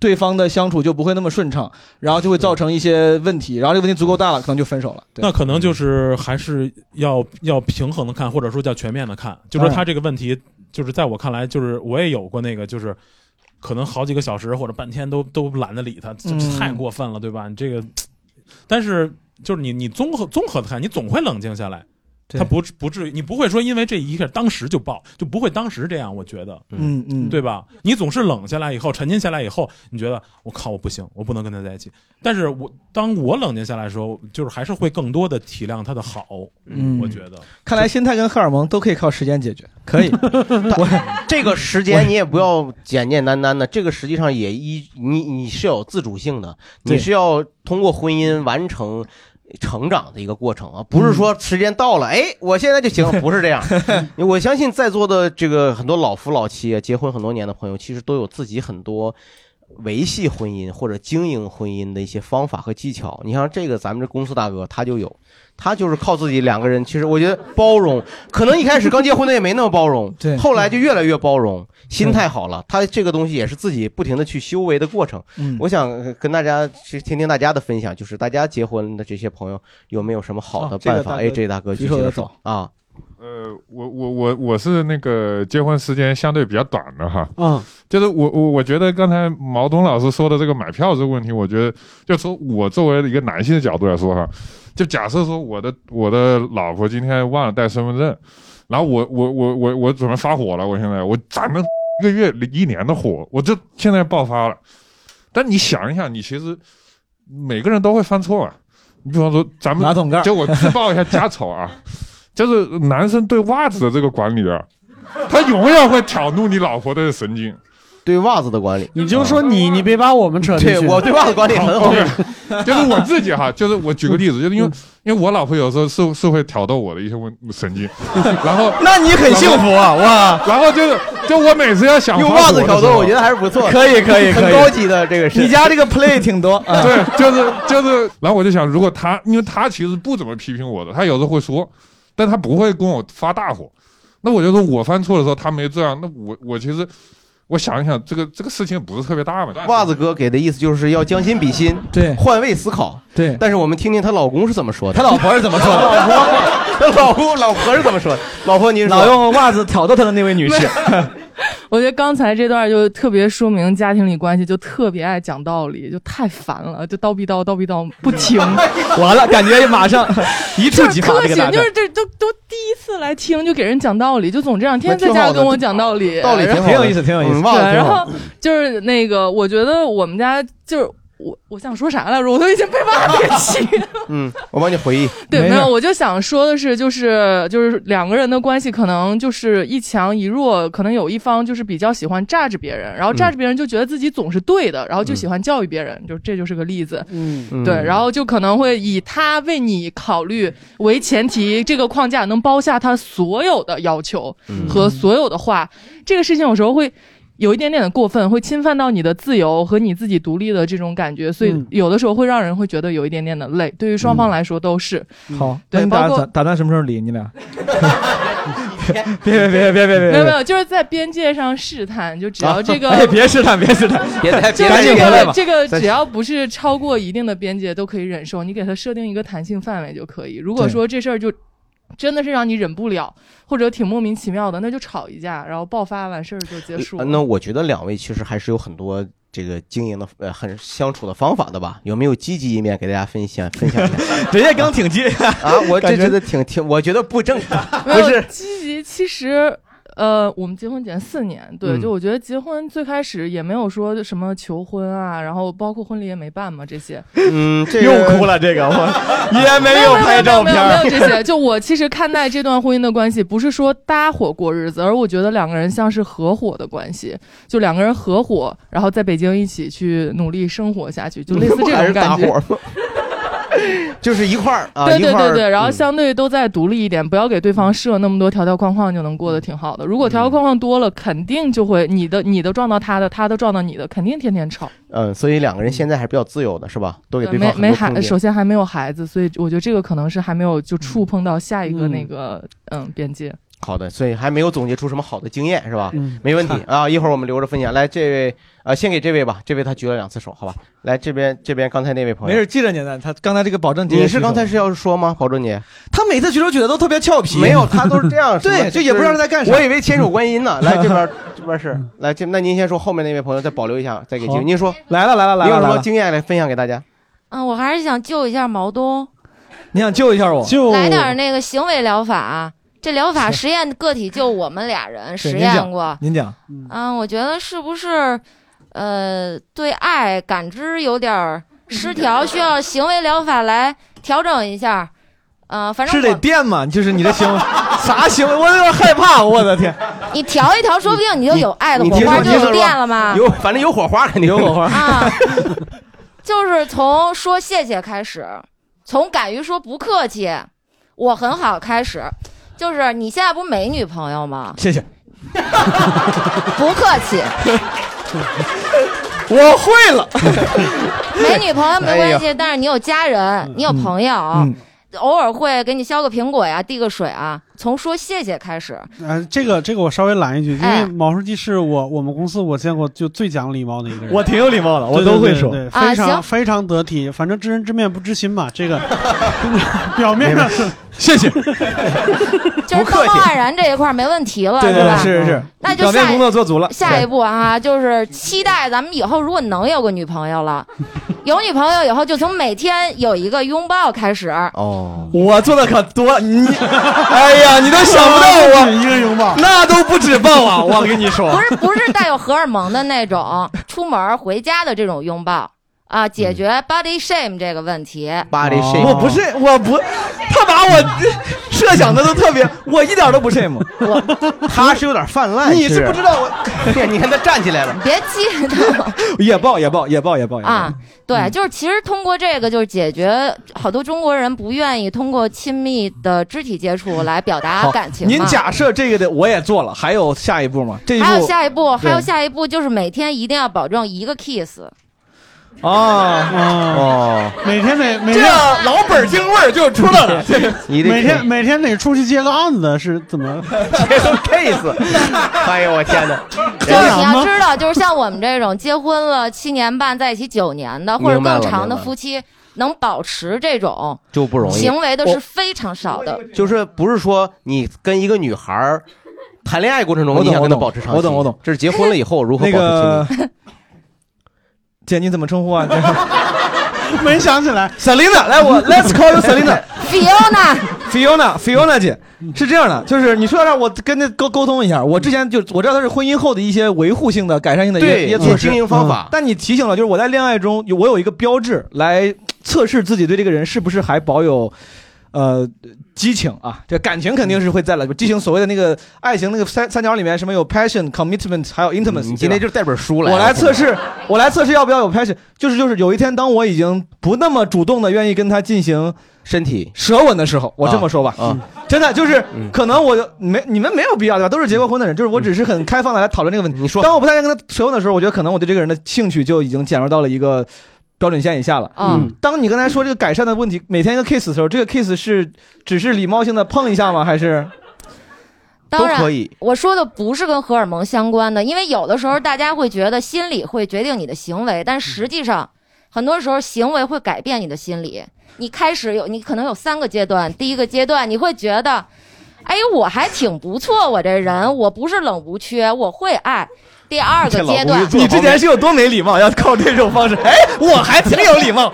D: 对方的相处就不会那么顺畅，然后就会造成一些问题，然后这个问题足够大了，可能就分手了。对
M: 那可能就是还是要要平衡的看，或者说叫全面的看。就说他这个问题，就是在我看来，就是我也有过那个，就是可能好几个小时或者半天都都懒得理他，这这
D: 嗯
M: 太过分了，对吧？你这个，但是就是你你综合综合的看，你总会冷静下来。
D: 对
M: 他不至不至于，你不会说因为这一个当时就爆，就不会当时这样。我觉得，
D: 嗯嗯
M: 对吧？你总是冷下来以后，沉浸下来以后，你觉得我靠，我不行，我不能跟他在一起。但是我当我冷静下来的时候，就是还是会更多的体谅他的好。
D: 嗯
M: 我觉得
D: 看来心态跟荷尔蒙都可以靠时间解决，可 以。
B: 这个时间你也不要简简单单的，这个实际上也依你你是有自主性的，
D: 对
B: 你是要通过婚姻完成成长的一个过程啊，不是说时间到了，哎，我现在就 行了，不是这样。我相信在座的这个很多老夫老妻啊，结婚很多年的朋友，其实都有自己很多。维系婚姻或者经营婚姻的一些方法和技巧，你像这个咱们这公司大哥他就有，他就是靠自己两个人。其实我觉得包容，可能一开始刚结婚的也没那么包容，
D: 对
B: 后来就越来越包容，心态好了。他这个东西也是自己不停的去修为的过程。
D: 嗯
B: 我想呃跟大家去听听大家的分享， 就是大家结婚的这些朋友有没有什么好的
D: 哦这个
B: 办法？
D: 大哥
B: 哎，这位大哥
D: 举
B: 举
D: 手
B: 起
D: 要
B: 了
D: 走
B: 手啊，
N: 呃，我我我我是那个结婚时间相对比较短的哈，
C: 嗯，
N: 就是我我我觉得刚才毛东老师说的这个买票这个问题，我觉得就从我作为一个男性的角度来说哈，就假设说我的我的老婆今天忘了带身份证，然后我我我我我准备发火了，我现在我攒了一个月一年的火，我就现在爆发了。但你想一想，你其实每个人都会犯错啊。你比方说咱们
D: 马桶盖
N: 就我自曝一下家丑啊，就是男生对袜子的这个管理啊，他永远会挑怒你老婆的神经。嗯
B: 对袜子的管理，
C: 你就说你，你别把我们扯进去。
B: 对我对袜子管理很好 嗯
N: 对就是我自己哈，就是我举个例子，就是因为因为我老婆有时候是是会挑逗我的一些问神经，然后
B: 那你很幸福啊哇！
N: 然后就是 就我每次要想
B: 用
N: 发
B: 袜子
N: 火的
B: 挑逗，
N: 时候
B: 我觉得还是不错的，
D: 可以可以可
B: 很
D: 以
B: 高级的这个是。
D: 你家这个 play 挺 多，啊
N: 对，就是就是，然后我就想，如果他，因为他其实不怎么批评我的，他有时候会说，但他不会跟我发大火。那我就说我犯错的时候，他没这样，那我我其实我想一想，这个这个事情不是特别大嘛。
B: 袜子哥给的意思就是要将心比心，
D: 对，
B: 换位思考，
D: 对。
B: 但是我们听听她老公是怎么说的，
D: 她老婆是怎么说的
B: 老婆，她 老公老婆是怎么说的？老婆， 您
D: 老用袜子挑逗他的那位女士，。
O: 我觉得刚才这段就特别说明家庭里关系，就特别爱讲道理，就太烦了，就叨逼叨叨逼叨不听
D: 完了，感觉马上一触即发
O: 科
D: 这个
O: 学
D: 大
O: 就
D: 战
O: 是。这都都第一次来听就给人讲道理，就总这样，天
D: 那
O: 天在
D: 挺好
O: 家
D: 的
O: 跟我讲道理，
D: 道理挺好的挺有意思挺有意思嗯忘了
O: 对，
D: 挺
O: 然
D: 好
O: 后就是那个，我觉得我们家就是我我想说啥来着，我都已经被忘了给气了。
B: 嗯，我帮你回忆。
O: 对，没有，我就想说的是，就是就是两个人的关系，可能就是一强一弱，可能有一方就是比较喜欢榨着别人，然后榨着别人就觉得自己总是对的，然后就喜欢教育别人，就这就是个例子。
P: 嗯
O: 对，然后就可能会以他为你考虑为前提，这个框架能包下他所有的要求
P: 嗯
O: 和所有的话。这个事情有时候会。有一点点的过分，会侵犯到你的自由和你自己独立的这种感觉，所以
D: 嗯
O: 有的时候会让人会觉得有一点点的累，对于双方来说都是。
D: 好，
O: 对
D: 那你打
O: 包括
D: 打打算什么时候离你俩？别别别别别别！
O: 没有没有，就是在边界上试探，就只要这个，
D: 哎，别试探，别试探，
B: 别再
O: 就
D: 别
O: 是
D: 再
O: 这
D: 别
O: 个
D: 了
O: 这个只要不是超过一定的边界都可以忍受，你给它设定一个弹性范围就可以。如果
D: 对
O: 说这事儿就真的是让你忍不了，或者挺莫名其妙的，那就吵一架，然后爆发完事儿就结束
B: 呃
O: 了。
B: 那我觉得两位其实还是有很多这个经营的呃很相处的方法的吧？有没有积极一面给大家分享分享一下？
D: 人家刚挺激
B: 啊，我这
D: 感觉
B: 觉得挺挺，我觉得不正常，
O: 没
B: 不
O: 有
B: 是
O: 积极，其实。呃，我们结婚前四年，对，
B: 嗯
O: 就我觉得结婚最开始也没有说什么求婚啊，然后包括婚礼也没办嘛，这些，
B: 嗯，这
D: 又
B: 个
D: 哭了，这 个我也没
O: 有
D: 拍照
O: 没
D: 片
O: 有
D: 儿，
O: 没有这些。 就我其实看待这段婚姻的关系，不是说搭伙过日子，而我觉得两个人像是合伙的关系，就两个人合伙，然后在北京一起去努力生活下 去，就类似这
B: 还是
O: 种
B: 大
O: 感觉。
B: 伙儿， 就是一块儿啊，
O: 对对
B: 一块
O: 对
B: 儿
O: 对，然后
B: 嗯
O: 相对都再独立一点，不要给对方设那么多条条框框，就能过得挺好的。
B: 嗯
O: 如果条条框框多了，肯定就会你的你的撞到他的，他的撞到你的，肯定天天吵。
B: 嗯，所以两个人现在还是比较自由的，是吧？都给对
O: 对没
B: 方
O: 呃没
B: 很多空
O: 孩，
B: 间
O: 首先还没有孩子，所以我觉得这个可能是还没有就
B: 嗯
O: 触碰到下一个那个嗯边界。
B: 好的，所以还没有总结出什么好的经验，是吧？
O: 嗯
B: 没问题啊，一会儿我们留着分享。来，这位呃，先给这位吧，这位他举了两次手，好吧？来这边这边刚才那位朋
D: 没
B: 友，
D: 事，记着你呢。他刚才这个保证，
B: 你是刚才是要说吗？保证你
D: 他每次举手举的都特别俏皮，
B: 没有，他都是这 样，什
D: 嗯对，
B: 么
D: 就也不知道他在干啥。
B: 我以为千手观音 呢。来这边这边是来这，那您先说，后面那位朋友再保留一下，再给机
D: 好
B: 会。您说
D: 来了来了来了
B: 你有什
D: 来
B: 么
D: 了
B: 经验来分享给大家？
L: 啊，我还是想救一下毛东，
D: 你想救一下我，
L: 来点儿那个行为疗法。啊这疗法实验个体就我们俩 人
D: 对
L: 实
D: 您
L: 验
D: 讲
L: 过，
D: 您讲，
L: 嗯，我觉得是不是，呃，对爱感知有点儿失
D: 嗯
L: 调，需要行为疗法来调整一下。嗯、反正
D: 是
L: 我
D: 得电吗？就是你的行为，啥行为？我有点害怕，我的天！
L: 你调一调，说不定你就有爱的
D: 你
L: 火
D: 听
L: 花，
D: 说
L: 就
D: 你听
L: 有
D: 说
L: 电了嘛。
B: 有， 反正有火花肯定有火花。
L: 就是从说谢谢开始，从敢于说不客气，我很好开始。就是你现在不是没女朋友吗？
D: 谢谢，
L: 不客气，
D: 我会了。
L: 没女朋友没关
D: 哎嗯
L: 系，但是你有家人，你有朋友，偶尔会给你削个苹果呀，递个水啊。从说谢谢开始。
C: 呃，这个这个我稍微拦一句，因
L: 哎
C: 为毛书记是我我们公司我见过就最讲礼貌的一个人。
D: 我挺有礼貌的我都会说
C: 对对对对
D: 啊
C: 非常
D: 行
C: 非常得体。反正知人知面不知心嘛，这 个表面上是
D: 谢谢。
L: 就是道貌岸然这一块儿没问题了，
D: 对对
L: 吧？
D: 对，是是是，
L: 那就
D: 表面
L: 下一
D: 工作做足了，
L: 下一步啊，就是期待咱们以后如果能有个女朋友 了，有女朋友以后就从每天有一个拥抱开始。
B: 哦，
D: 我做的可多，你，哎呀，你都想不到
C: 不止一个拥抱
D: 我，那都不止 抱啊！我跟你
L: 不
D: 说，
L: 是不是带有荷尔蒙的那种， 出门回家的这种拥抱啊，解决
D: 嗯
L: body shame 这个问题。
B: body shame
D: 我不是，我不，他把我 设想的都特别，我一点都不 shame，
B: 他是有点泛滥，
D: 你是不知道我，
B: 对，你看他站起来了，
L: 别激 动
D: 也抱也抱也抱也抱
B: 嗯
D: 也抱
L: 啊！对，就是其实通过这个，就是解决好多中国人不愿意通过亲密的肢体接触来表达
D: 好
L: 感情嘛。
D: 您假设这个的我也做了，还有下一步吗？这一步
L: 还有下一步，还有
D: 对
L: 下一步就是每天一定要保证一个 kiss。
D: 哦哦，
C: 每天得每
D: 这
C: 天
D: 老本京味儿就 出来了，这
C: 每天每天得出去接个案子是怎么？
B: 接个 case，哎呦我天哪！
L: 就是你要知道，就是像我们这种结婚了七年半，在一起九年的，或者
B: 明白了
L: 更长
B: 明
L: 的
B: 白了
L: 夫妻，能保持这种
B: 就不容易
L: 行为的
B: 我
L: 是非常少的。
B: 就是不是说你跟一个女孩儿谈恋爱过程
D: 我
B: 中，
D: 懂
B: 你想跟她保持长期，
D: 我懂我懂
B: 这是结婚了以后如何
D: 那
B: 保持
D: 个
B: 亲密？
D: 呃 姐你怎么称 呼啊？
C: 没想起来
D: ，Selina，来我 Let's call you Selina。
L: Fiona，
D: Fiona Fiona 姐是这样的，就是你说让我跟她沟沟通一下，我之前就我知道她是婚姻后的一些维护性的、改善性的一些
B: 对
D: 一些措施
B: 经营方法
D: 嗯但你提醒了，就是我在恋爱中，我有一个标志来测试自己对这个人是不是还保有。呃，激情啊，这感情肯定是会在了。激情所谓的那个爱情那个三三角里面，什么有 passion、commitment，还有 intimacy、
B: 嗯你今天就带本书来，啊
D: 我来测试，我来测试要不要有 passion，就是就是有一天当我已经不那么主动的愿意跟他进行
B: 身体
D: 舌吻的时候，我这么说吧，
B: 啊啊
D: 真的就是可能我就没你们没有必要对吧？都是结过婚的人，就是我只是很开放的来讨论这个问题。嗯你说，当我不太愿意跟他舌吻的时候，我觉得可能我对这个人的兴趣就已经减弱到了一个。标准线以下了。
L: 嗯，
D: 当你刚才说这个改善的问题，每天一个 kiss 的时候，这个 kiss 是只是礼貌性的碰一下吗？还是
L: 当然
D: 都可以，
L: 我说的不是跟荷尔蒙相关的，因为有的时候大家会觉得心理会决定你的行为，但实际
D: 嗯
L: 上很多时候行为会改变你的心理。你开始有，你可能有三个阶段。第一个阶段，你会觉得，哎，我还挺不错，我这人，我不是冷无缺，我会爱。第二个阶段，
D: 你之前是有多没礼貌，要靠这种方式？哎，我还挺有礼貌。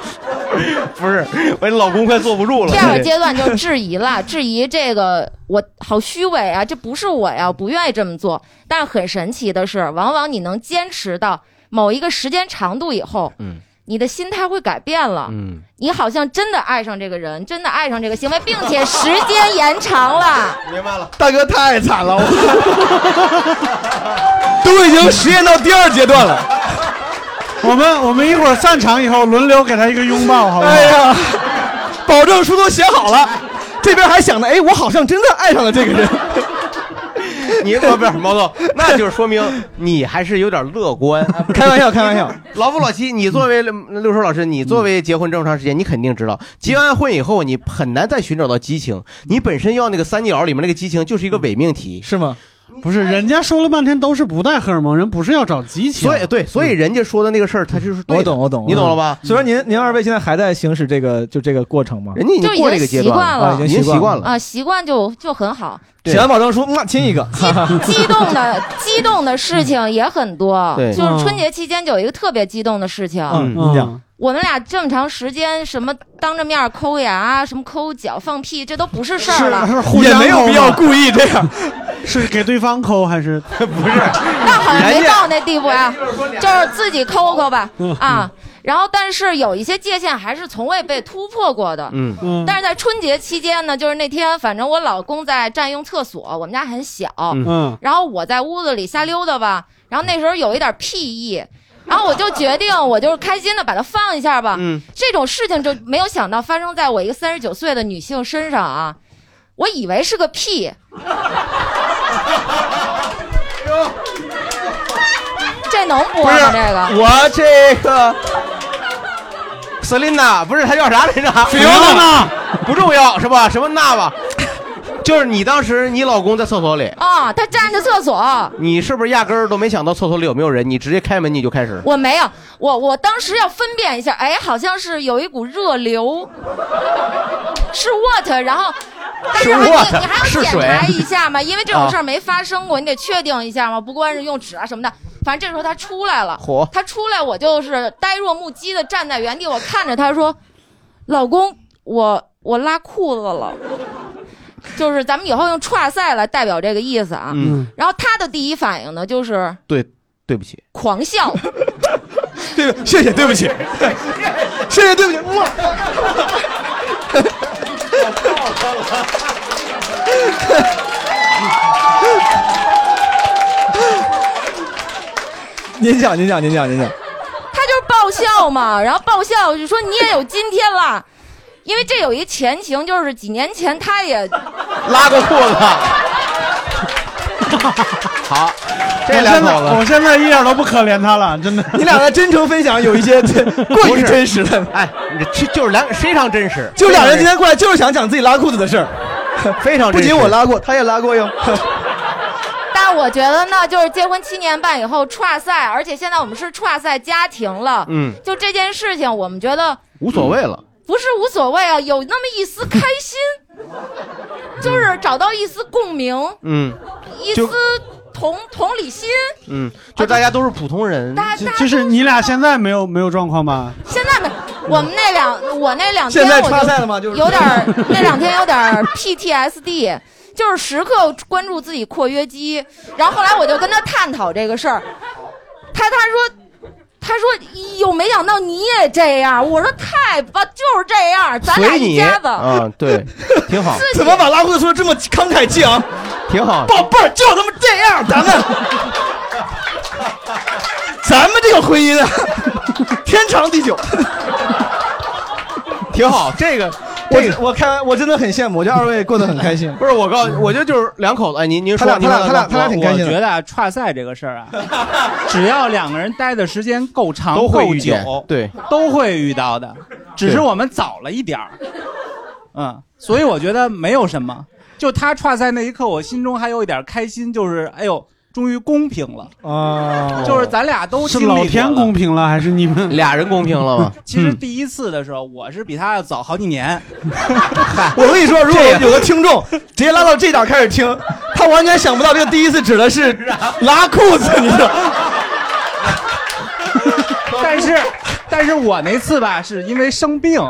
B: 不是，我老公快坐不住了。
L: 第二个阶段就是质疑了，质疑这个我好虚伪啊，这不是我呀，不愿意这么做。但是很神奇的是，往往你能坚持到某一个时间长度以后，
B: 嗯
L: 你的心态会改变了。
B: 嗯，
L: 你好像真的爱上这个人，真的爱上这个行为，并且时间延长了。
B: 明白了，
D: 大哥太惨 了，我都已经实验到第二阶段了。
C: 我们我们一会儿散场以后轮流给他一个拥抱，好不好？
D: 哎呀，保证书都写好了，这边还想着，哎，我好像真的爱上了这个人。
B: 你不不是毛总，那就是说明你还是有点乐观。
D: 开玩笑，开玩笑。
B: 老夫老妻，你作为六叔老师，你作为结婚这么长时间，你肯定知道，结完婚以后，你很难再寻找到激情。你本身要那个三角里面那个激情，就是一个伪命题，
D: 是吗？
C: 不是，人家说了半天都是不带荷尔蒙，人不是要找激情。嗯
B: 所以对，所以人家说的那个事儿，他就是对的
D: 我懂，我懂，
B: 你懂了吧？
D: 所以说您您二位现在还在行使这个就这个过程吗？
B: 人家已
L: 就
B: 经
L: 已
B: 过这个
L: 经
B: 阶
L: 习
B: 段
L: 惯
D: 啊
L: 了，
D: 已经习惯了
L: 啊，习惯就就很好。
D: 写完保证书，嗯亲一个。
L: 激动的激动的事情也很多，
D: 嗯对
L: 就是春节期间就有一个特别激动的事情，
D: 嗯，你讲。
L: 我们俩这么长时间，什么当着面儿抠牙啊，什么抠脚、放屁，这都不是事儿了。
D: 也没有必要 故意这样，
C: 是给对方抠还是
D: 不是？
L: 那好像 没到那地步啊，就是自己抠抠吧
C: 嗯
L: 啊。然后，但是有一些界限还是从未被突破过的。
B: 嗯嗯
L: 但是在春节期间呢，就是那天，反正我老公在占用厕所，我们家很小，
C: 嗯
L: 然后我在屋子里瞎溜达吧，然后那时候有一点屁意，然后我就决定，我就是开心的把它放一下吧。
B: 嗯
L: 这种事情就没有想到发生在我一个三十九岁的女性身上啊，我以为是个屁。这能播
B: 不是
L: 吗？这个
B: 我这个 Selina 不是她叫啥来着
D: Fiona
B: 不重要是吧？什么娜吧？就是你当时你老公在厕所里，
L: 啊、他站着厕所，
B: 你是不是压根儿都没想到厕所里有没有人？你直接开门你就开始，
L: 我没有，我我当时要分辨一下，哎，好像是有一股热流，是 what，然后。但是
B: 是
L: 还你
B: what？
L: 你还
B: 是
L: 要检
B: 水
L: 查一下 嘛，因为这
B: 啊
L: 种事儿没发生过，你得确定一下嘛，不管是用纸啊什么的，反正这时候他出来了
B: 哦火，
L: 他出来我就是呆若木鸡的站在原地，我看着他说：“老公，我我拉裤子了。” 就是咱们以后用串赛来代表这个意思啊。
B: 嗯
L: 然后他的第一反应呢，就是
B: 对，对不起，
L: 狂笑。
D: 对，谢谢，对不起，谢谢，对不起，哇， 您讲，您讲，您讲，您讲，
L: 他就是爆笑嘛，然后爆笑就说你也有今天啦，因为这有一前情，就是几年前他也
B: 拉过裤子。好，这两口
C: 我
B: 子，
C: 现在一点都不可怜他了，真的。
D: 你俩的真诚分享有一些过于真实了。
B: 哎，你这就是两非常真实，
D: 就俩人今天过来就是想讲自己拉裤子的事儿，
B: 非常
D: 不
B: 真实
D: 仅我拉过，他也拉过哟。
L: 但我觉得呢，就是结婚七年半以后串赛，而且现在我们是串赛家庭了，
B: 嗯
L: 就这件事情，我们觉得
B: 无所谓了。
L: 不是无所谓啊，有那么一丝开心，就是找到一丝共鸣，
B: 嗯
L: 一
B: 就
L: 丝同同理心。
B: 嗯，就大家都是普通人，
L: 大
C: 就就是你俩现在没有没有状况吧？
L: 现在没，我们那两我那两天
C: 现在
L: 我
C: 串赛了吗就是
L: 有 点儿那两天有点儿 PTSD，就是时刻关注自己括约肌。然后后来我就跟他探讨这个事儿，他他说他说有没想到你也这样，我说太棒，就是这样，咱俩
B: 随
L: 一
B: 你
L: 家子。
B: 啊，对，挺好，
L: 怎么
D: 把拉裤子说这么慷慨激昂？
B: 挺好。
D: 宝贝儿，就他妈这样，咱们，咱们这个婚姻啊，天长地久，
B: 挺好。这个，这
D: 我我开，我真的很羡慕，我觉得二位过得很开心。
B: 不是我告诉你，我觉得就是两口子，哎，您您
D: 他
B: 说，
D: 俩
B: 您
D: 他
B: 说
D: 俩他俩他俩挺开心
K: 我
D: 的。
K: 觉得啊，串赛这个事儿 啊，只要两个人待的时间够长、
D: 都会
K: 够
D: 遇
K: 久
D: 见，对，
K: 都会遇到的，只是我们早了一点儿。嗯，所以我觉得没有什么。就他串赛那一刻，我心中还有一点开心，就是哎呦，终于公平了。
C: 啊
K: 就是咱俩都
C: 是
K: 经历过
C: 老天公平了，还是你们
B: 哦俩人公平了吗？
K: 其实第一次的时候，我是比他要早好几年。
D: 我跟你说，如果有个听众直接拉到这点儿开始听，他完全想不到这个第一次指的是拉裤子，你知道？
B: 嗯
K: 但是，但是我那次吧，是因为生病，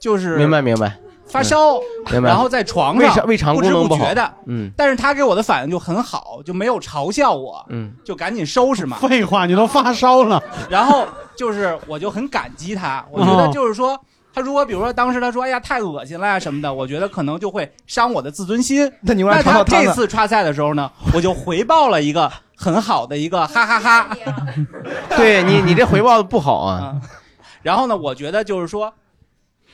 K: 就是
B: 明白明白，
K: 发烧，
B: 明白
K: 然后在床
B: 胃肠
K: 上
B: 胃肠
K: 不
B: 功
K: 知
B: 能
K: 不
B: 不好
K: 觉的，
B: 嗯
K: 但是他给我的反应就很好，就没有嘲笑我，
B: 嗯，
K: 就赶紧收拾嘛。
C: 废话，你都发烧了，
K: 然后就是我就很感激他，我觉
C: 哦
K: 得就是说。他如果比如说当时他说哎呀太恶心了呀什么的，我觉得可能就会伤我的自尊心。
D: 那你
K: 那
D: 尝
K: 他
D: 到汤
K: 这
D: 呢
K: 次刷赛的时候呢，我就回报了一个很好的一个哈哈哈
B: 对你你这回报的不好啊，
K: 然后呢，我觉得就是说，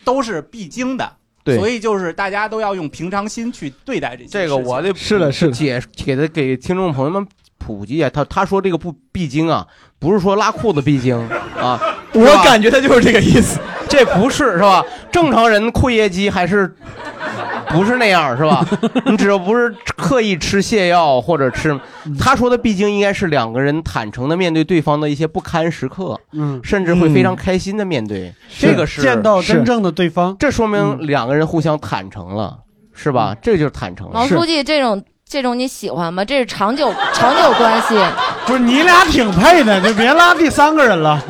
K: 都是必经的，
B: 对
K: 所以就是大家都要用平常心去对待这些
B: 这个我得
K: 是的是的
B: 解给他给听众朋友们普及一下，他他说这个不必经啊，不是说拉裤子必经啊，
D: 我
B: 是吧
D: 感觉他就是这个意思，
B: 这不是是吧？正常人括约肌还是不是那样是吧？你只要不是刻意吃泻药或者吃，他说的必经应该是两个人坦诚的面对对方的一些不堪时刻，
C: 嗯
B: 甚至会非常开心的面对，这个是
C: 见到真正的对方，
B: 这说明两个人互相坦诚了，是吧？这就是坦诚了
L: 毛。书记这种这种你喜欢吗？这是长久长久关系。
C: 不是你俩挺配的，就别拉第三个人了。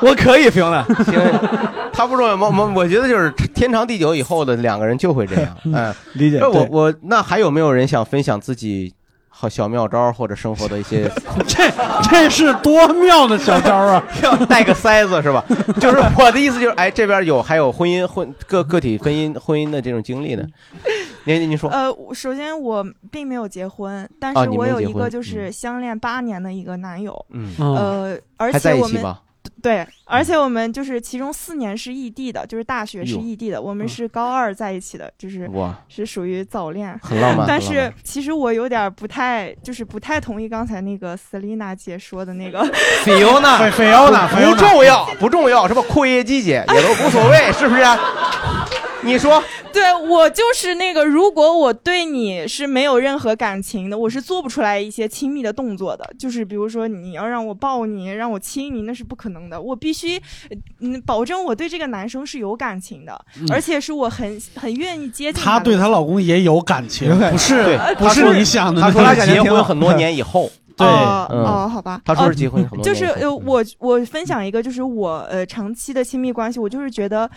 D: 我可以，平了。
B: 行，他不重要，我我我觉得就是天长地久以后的两个人就会这样，嗯，
D: 理解
B: 那我
D: 对
B: 我那还有没有人想分享自己好小妙招或者生活的一些？
C: 这这是多妙的小招啊！
B: 要带个塞子是吧？就是我的意思就是，哎，这边有还有婚姻婚个个体婚姻婚姻的这种经历呢，您您您说，
P: 呃，我首先我并没有结婚，但
B: 啊
P: 是
B: 你
P: 我
B: 没
P: 有
B: 结
P: 一个
B: 婚
P: 就是相恋八年的一个男友，
B: 嗯
P: 呃，而
B: 还
P: 且
B: 在一
P: 我
B: 起
P: 们
B: 吧？嗯
P: 对，而且我们就是其中四年是异地的，就是大学是
B: 哟
P: 异地的，我们是高二在一起的，就是
B: 哎嗯哇
P: 是属于早恋，
B: 很浪漫
P: 但
B: 很浪
P: 是
B: 漫
P: 其实我有点不太，就是不太同意刚才那个 Selina 姐说的那个
B: 菲欧娜，
C: 菲菲欧娜菲欧
B: 不
C: 娜
B: 啊 重要，不重要，什么扩约肌姐也都无所谓，是不是？你说，
Q: 对我就是那个，如果我对你是没有任何感情的，我是做不出来一些亲密的动作的。就是比如说，你要让我抱你，让我亲你，那是不可能的。我必须，嗯，保证我对这个男生是有感情的，
C: 嗯
Q: 而且是我很很愿意接近
C: 她
Q: 的
C: 对她老公也有感情，不是
B: 对
C: 不
B: 她说
C: 是你想的那
B: 她
C: 种。
B: 说她感觉结婚很多年以后 啊
C: 对，嗯
Q: 哦、哦，好吧。
B: 她说是
Q: 哦
B: 结婚很多
Q: 就是
B: 年以后嗯
Q: 呃，我我分享一个，就是我呃长期的亲密关系，我就是觉得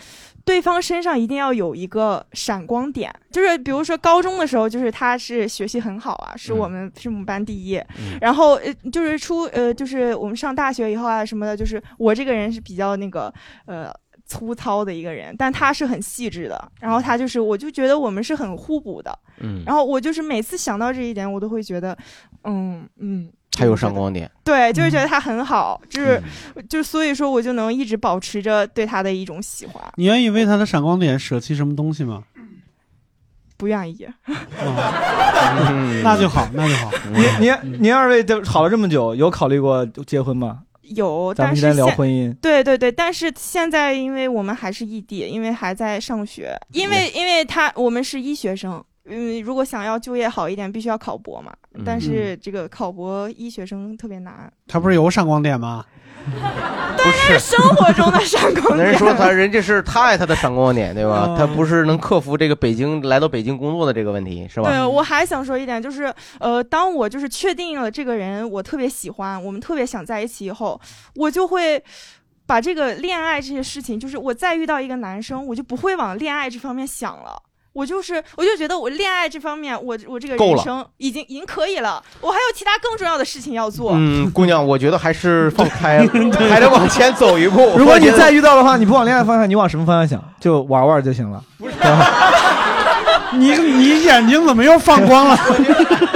Q: 对方身上一定要有一个闪光点，就是比如说高中的时候，就是他是学习很好啊，是
B: 嗯
Q: 我们、是我们班第一，然后呃就是出呃就是我们上大学以后啊什么的，就是我这个人是比较那个呃。粗糙的一个人，但他是很细致的。然后他就是，我就觉得我们是很互补的。
B: 嗯
Q: 然后我就是每次想到这一点，我都会觉得，嗯嗯，
B: 还有闪光点，
Q: 对，就是觉得他很好，
D: 嗯
Q: 就是、就所以说我就能一直保持着对他的一种喜欢，
C: 你愿意为她的闪光点舍弃什么东西吗？
Q: 不愿意。
B: 嗯
C: 那就好，那就好。
D: 您您您二位都好了这么久，有考虑过结婚吗？
Q: 有，
D: 咱
Q: 但
D: 们
Q: 是
D: 今天聊
Q: 现
D: 婚姻
Q: 对对对，但是现在因为我们还是异地，因为还在上学，因为因为他我们是医学生，嗯，如果想要就业好一点，必须要考博嘛。但是
D: 嗯
Q: 这个考博医学生特别难，
C: 她不是有闪光点吗？
Q: 但是生活中的闪光点。
B: 嗯人家说他，人家是他爱他的闪光点，对
D: 嗯
B: 吧？他不是能克服这个北京来到北京工作的这个问题，是吧？嗯
Q: 对，我还想说一点，就是呃，当我就是确定了这个人，我特别喜欢，我们特别想在一起以后，我就会。把这个恋爱这些事情，就是我再遇到一个男生，我就不会往恋爱这方面想了。我就是，我就觉得我恋爱这方面，我我这个
B: 够
Q: 人
B: 了
Q: 生已经已经可以了，我还有其他更重要的事情要做。
B: 嗯，姑娘，我觉得还是放 开了，还得往前走一步。
D: 如果你
B: 我觉得
D: 再遇到的话，你不往恋爱方向，你往什么方向想？就玩玩就行了。，
C: 你你眼睛怎么又放光了？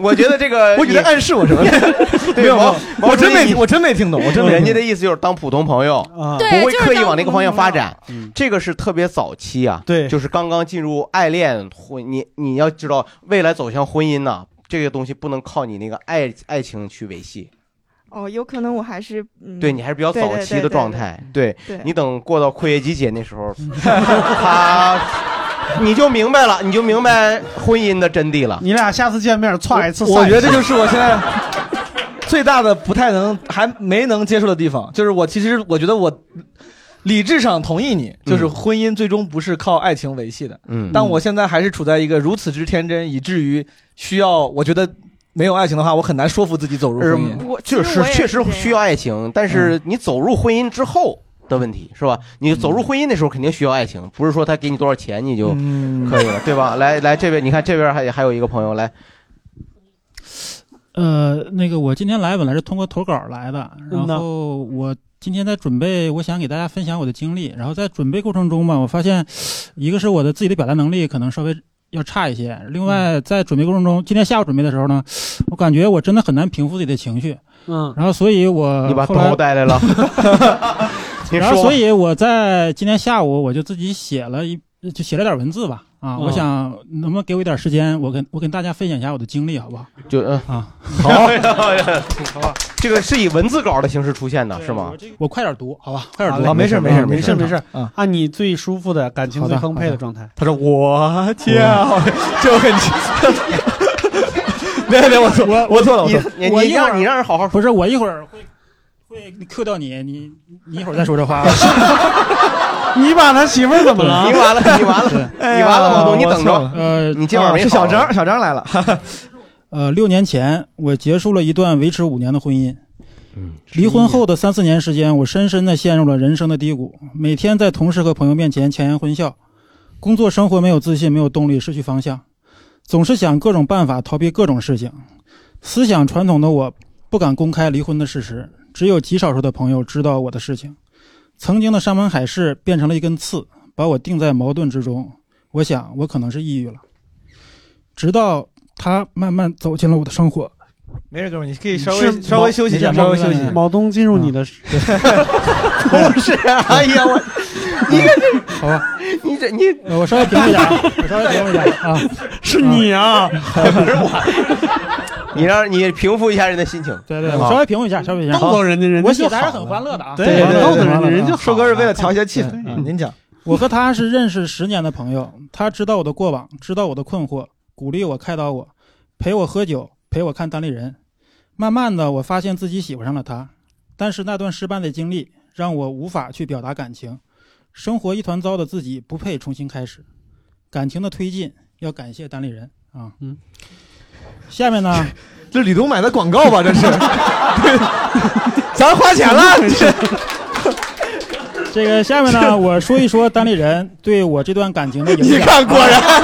B: 我觉得这个
D: 我以为暗示我什么
B: 对
D: 没有
B: 毛
D: 我
B: 毛主
D: 真
B: 席
D: 没
B: 你
D: 我真没听懂我啊真没
B: 人家
D: 听
B: 的意思就是当普通朋友，
D: 对
B: 不会
D: 就是
B: 刻意
D: 当
B: 往那个
D: 普
B: 方向
D: 通
B: 发
D: 朋友
B: 展。这个是特别早期啊，
C: 对，
B: 就是刚刚进入爱恋婚，你你要知道未来走向婚姻呐、这个东西不能靠你那个爱爱情去维系，
Q: 哦，有可能我还是，嗯、
B: 对你还是比较
Q: 对
B: 早
Q: 对
B: 期
Q: 对
B: 的
Q: 对
B: 状
Q: 对
B: 态。对
Q: 对
B: 你等过到阔叶姬姐那时候， 她你就明白了，你就明白婚姻的真谛了。
C: 你俩下次见面歘一次。
D: 我
C: 撒一
D: 觉
C: 次
D: 得这就是我现在最大的不太能还没能接受的地方，就是我其实我觉得我理智上同意你，就是婚姻最终不是靠爱情维系的。
B: 嗯
D: 但我现在还是处在一个如此之天真，以至于需要我觉得没有爱情的话，我很难说服自己走入婚姻。
B: 嗯就是确实需要爱情，但
R: 嗯
B: 是你走入婚姻之后的问题是吧？你走入
R: 嗯
B: 婚姻的时候肯定需要爱情，不是说他给你多少钱你就
R: 嗯
B: 可以了，对吧？来来这边，你看这边还还有一个朋友来，
R: 呃，那个我今天来本来是通过投稿来的，
M: 嗯
R: 然后我今天在准备，我想给大家分享我的经历。然后在准备过程中吧，我发现，一个是我的自己的表达能力可能稍微要差一些，
M: 嗯
R: 另外在准备过程中，今天下午准备的时候呢，我感觉我真的很难平复自己的情绪。
C: 嗯，
R: 然后所以我
B: 你把
R: 后来
B: 朋友带来 了，你
R: 然后，
B: 说
R: 所以我在今天下午我就自己写了一，就写了点文字吧。啊，我
B: 嗯
R: 想能不能给我一点时间，我跟我跟大家分享一下我的经历，好不好？
B: 就嗯
R: 啊，
B: 好， 这个是以文字稿的形式出现的是吗？
R: 我快点读，好吧，快点
C: 好
R: 读。
C: 嘞没事
R: 啊
C: 没事没事
R: 啊，
C: 按你最舒服的感情
R: 好
C: 最
R: 的
C: 丰沛
R: 好
C: 的
R: 的
C: 状态。
D: 他说我天啊，就 很奇。没有没有，我错我错了，我错了。
B: 你你让你让人好好
R: 说，不是我一会儿会会 Q 到你，你你一会儿再说这话。 啊
C: 你把他媳妇儿怎么了？ 哎
B: 你完了，你完了，你完了，王东，你等着，
R: 呃，
B: 你今晚没好啊了，
R: 小张来了。 呃，六年前我结束了一段维持五年的婚姻。离婚后的三四年时间，我深深的陷入了人生的低谷，每天在同事和朋友面前强颜欢笑，工作生活没有自信，没有动力，失去方向，总是想各种办法逃避各种事情。思想传统的我不敢公开离婚的事实，只有极少数的朋友知道我的事情。曾经的山盟海誓变成了一根刺，把我钉在矛盾之中。我想，我可能是抑郁了。直到他慢慢走进了我的生活，
D: 没事，哥们儿，你可以稍微稍微休息一下，
R: 是
D: 稍微休息一下。
C: 毛东进入你的，
R: 嗯
B: 不是，哎呀我，你看这，
R: 好吧，
B: 你这 你，
R: 我稍微平复一下 啊，我稍微平复一下啊，
C: 是你啊，
B: 不是我，你让你平复一下人的心情，
R: 对对，
C: 啊
R: 我稍微平复一下，稍微平复一下。
B: 动动人家人家
R: 我写的
B: 就
R: 还是
B: 好
R: 很欢乐的啊，
B: 对对对
R: 很欢乐的啊
B: 人家就好
D: 硕哥是为了调节气氛，嗯您讲。
R: 我和他是认识十年的朋友，他知道我的过往，知道我的困惑，鼓励我、开导我，陪我喝酒，陪我看单立人。慢慢的，我发现自己喜欢上了他，但是那段失败的经历让我无法去表达感情，生活一团糟的自己不配重新开始。感情的推进要感谢单立人啊，嗯。下面呢，
D: 这李东买的广告吧， 这是，咱花钱了，这是。
R: 这个下面呢，我说一说单立人对我这段感情的影响。
D: 你看，果然，
C: 啊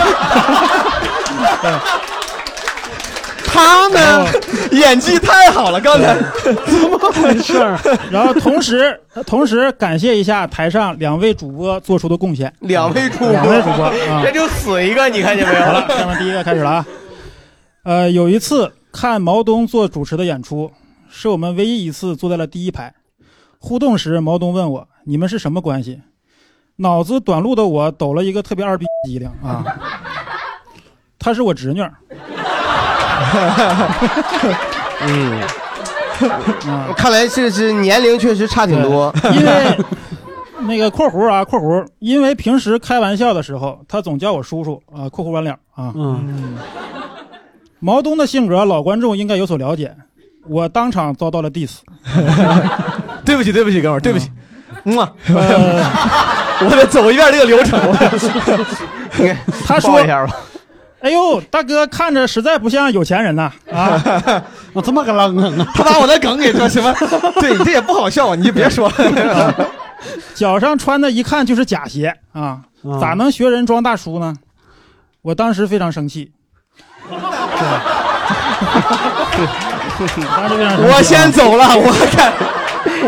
D: 他呢演技太好了，刚才
R: 怎么回事？ 然后同时，同时感谢一下台上两位主播做出的贡献。
B: 两位主播，
R: 两位主播啊，
B: 这就死一个，你看见没有？
R: 好了，下面第一个开始了啊。呃，有一次看毛东做主持的演出，是我们唯一一次坐在了第一排。互动时，毛东问我：“你们是什么关系？”脑子短路的我抖了一个特别二逼机灵啊！她是我侄 女儿。
B: 嗯，看来这是年龄确实差挺多，
R: 啊因为那个括弧啊括弧，因为平时开玩笑的时候，他总叫我叔叔啊。括弧完了啊。嗯。毛东的性格，老观众应该有所了解。我当场遭到了 diss。
D: 对不起，对不起，哥们儿，对不起。嗯啊，
R: 呃
D: 我得走一遍这个流程。
R: 他 说
D: 一 下吧，：“
R: 哎呦，大哥看着实在不像有钱人呐 啊！我这么个浪梗啊！
D: 他把我的梗给说什么？对你这也不好笑啊，你就别说
C: 啊
D: 了。
R: 脚上穿的一看就是假鞋啊，咋能学人装大叔呢？我当时非常 生气。
C: 嗯
R: 当时非常生气啊
D: 我先走了，我感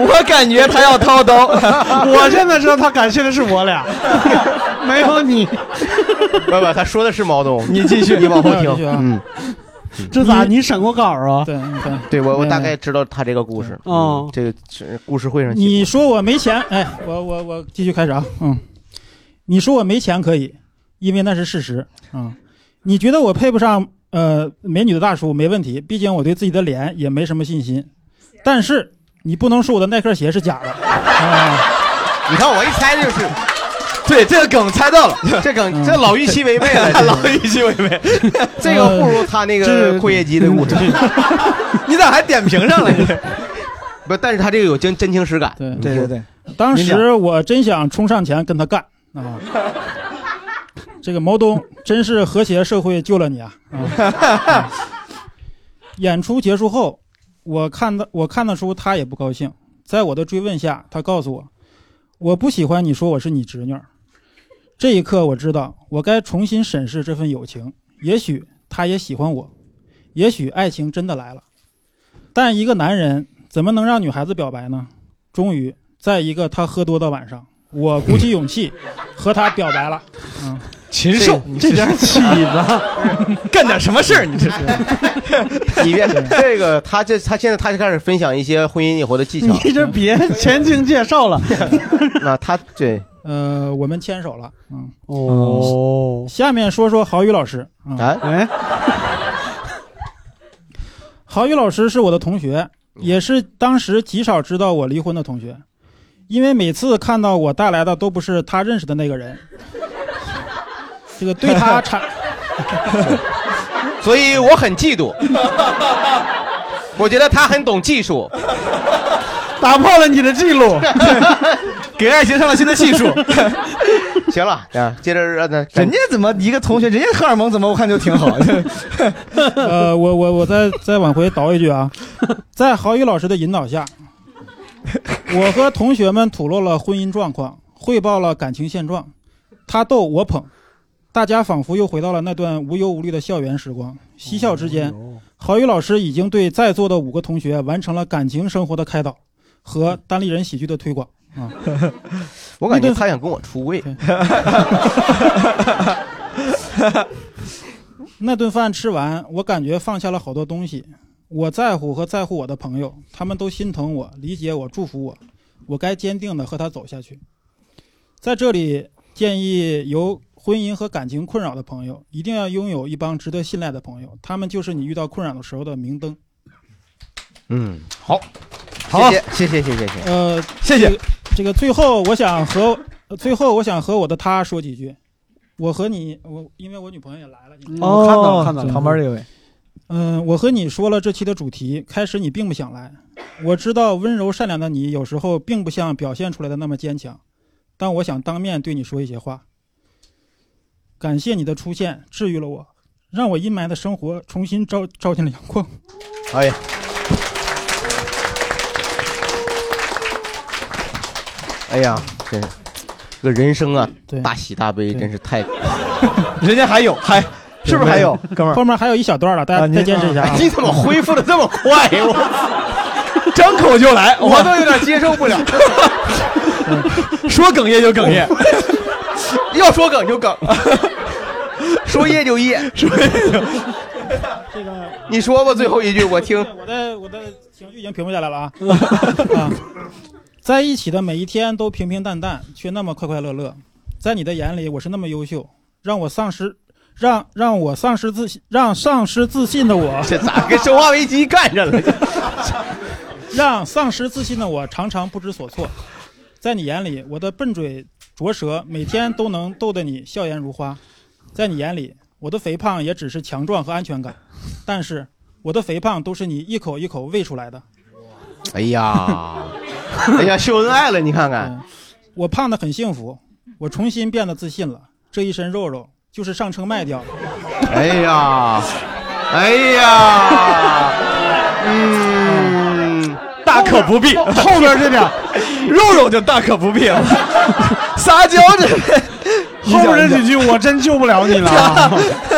D: 我感觉他要掏兜，
C: 我现在知道他感谢的是我 俩，没有你。
B: 不不，他说的是毛东，
D: 你继续
B: 你往后
R: 继续
B: 听
R: 啊，
B: 嗯，
C: 这咋？你审过稿啊？
R: 对，你看，
B: 对我我大概知道他这个故事，嗯，这个是故事会上写
R: 你说我没钱，哎，我我我继续开始啊，嗯，你说我没钱可以，因为那是事实啊、嗯你觉得我配不上呃美女的大叔没问题，毕竟我对自己的脸也没什么信心。但是你不能说我的耐克鞋是假的啊！
B: 你看我一猜就是，
D: 对这个梗猜到了，
B: 这梗这老预期违背 了，
D: 嗯老预期违背， 嗯
B: 这
R: 呃
B: 个不如他那个阔叶鸡的故事。
R: 嗯
D: 你咋还点评上了？
B: 不，但是他这个有真真情实感。嗯
R: 对
D: 对对对，
R: 当时我真想冲上前跟他干啊！这个毛东真是和谐社会救了你啊！啊演出结束后，我看到我看得出他也不高兴，在我的追问下，他告诉我，我不喜欢你说我是你侄女儿。这一刻，我知道我该重新审视这份友情。也许他也喜欢我，也许爱情真的来了。但一个男人怎么能让女孩子表白呢？终于，在一个他喝多的晚上，我鼓起勇气和他表白了。嗯，
D: 禽兽
R: 这这点气子，
D: 干点什么事儿？你这 是
B: 你别 这个，他这他现在他就开始分享一些婚姻以后的技巧。嗯
R: 你这别前情介 绍了。
B: 那他对
R: 呃，我们牵手了。嗯，
C: 哦，
R: 下面说说郝宇老师。嗯、
B: 哎，
R: 郝宇老师是我的同学，也是当时极少知道我离婚的同学，因为每次看到我带来的都不是他认识的那个人，这个对他产，
B: 所以我很嫉妒。我觉得他很懂技术，
C: 打破了你的 记录，
D: 给爱情上了新的系数。
B: 行了，啊，接着让他
D: 人家怎么一个同学，人家荷尔蒙怎么我看就挺好。
R: 呃，我我我再再往回倒一句 啊，在郝宇老师的引导下，我和同学们吐露了婚姻状况，汇报了感情现状，他逗我捧，大家仿佛又回到了那段无忧无虑的校园时光。嬉笑之间，郝宇老师已经对在座的五个同学完成了感情生活的开导和单立人喜剧的推广啊。
B: 我感觉他想跟我出柜。
R: 那顿饭吃完，我感觉放下了好多东西。我在乎和在乎我的朋友，他们都心疼我、理解我、祝福我。我该坚定的和他走下去。在这里，建议由婚姻和感情困扰的朋友，一定要拥有一帮值得信赖的朋友，他们就是你遇到困扰的时候的明灯。
B: 嗯，
R: 好，
D: 啊
B: 谢谢谢谢谢谢谢谢。
D: 嗯
R: 呃，
D: 谢谢
R: 这个。这个最后，我想和呃最后我想和我的他说几句，我和你，我因为我女朋友也来了，你
D: 哦我看到了看到了旁边这位。
R: 嗯，我和你说了这期的主题，开始你并不想来，我知道温柔善良的你有时候并不像表现出来的那么坚强，但我想当面对你说一些话。感谢你的出现，治愈了我，让我阴霾的生活重新照照进了阳光。
B: 哎呀，哎呀，真是这个人生啊，大喜大悲真是太，人家还有还是不是还有哥们儿
R: 后？面还有一小段了，大家再坚持一下啊！
B: 你怎么恢 复的这么快？ 我张口就来，我都有点接受不了。
D: 说哽咽就哽咽，
B: 要说梗就梗，说噎就噎，说
R: 这个
B: 你说吧，最后一句我听。
R: 我的哎我的情绪已经平复下来了啊！ 啊，在一起的每一天都平平淡淡，却那么快快乐乐。在你的眼里，我是那么优秀，让我丧失，让让我丧失自信，让丧失自信的我，
B: 这咋跟生化危机干上了？
R: 让丧失自信的我常常不知所措。在你眼里，我的笨嘴拙舌每天都能逗得你笑颜如花；在你眼里，我的肥胖也只是强壮和安全感，但是我的肥胖都是你一口一口喂出来的。
B: 哎 呀，哎呀，秀恩爱了，你看看，
R: 我胖的很幸福，我重新变得自信了。这一身肉肉就是上称卖掉了。
B: 哎呀，哎呀，嗯，
D: 大可不必。
B: 后边这点
D: 肉肉就大可不必了，撒娇这
C: 后边这几句我真救不了你了 啊。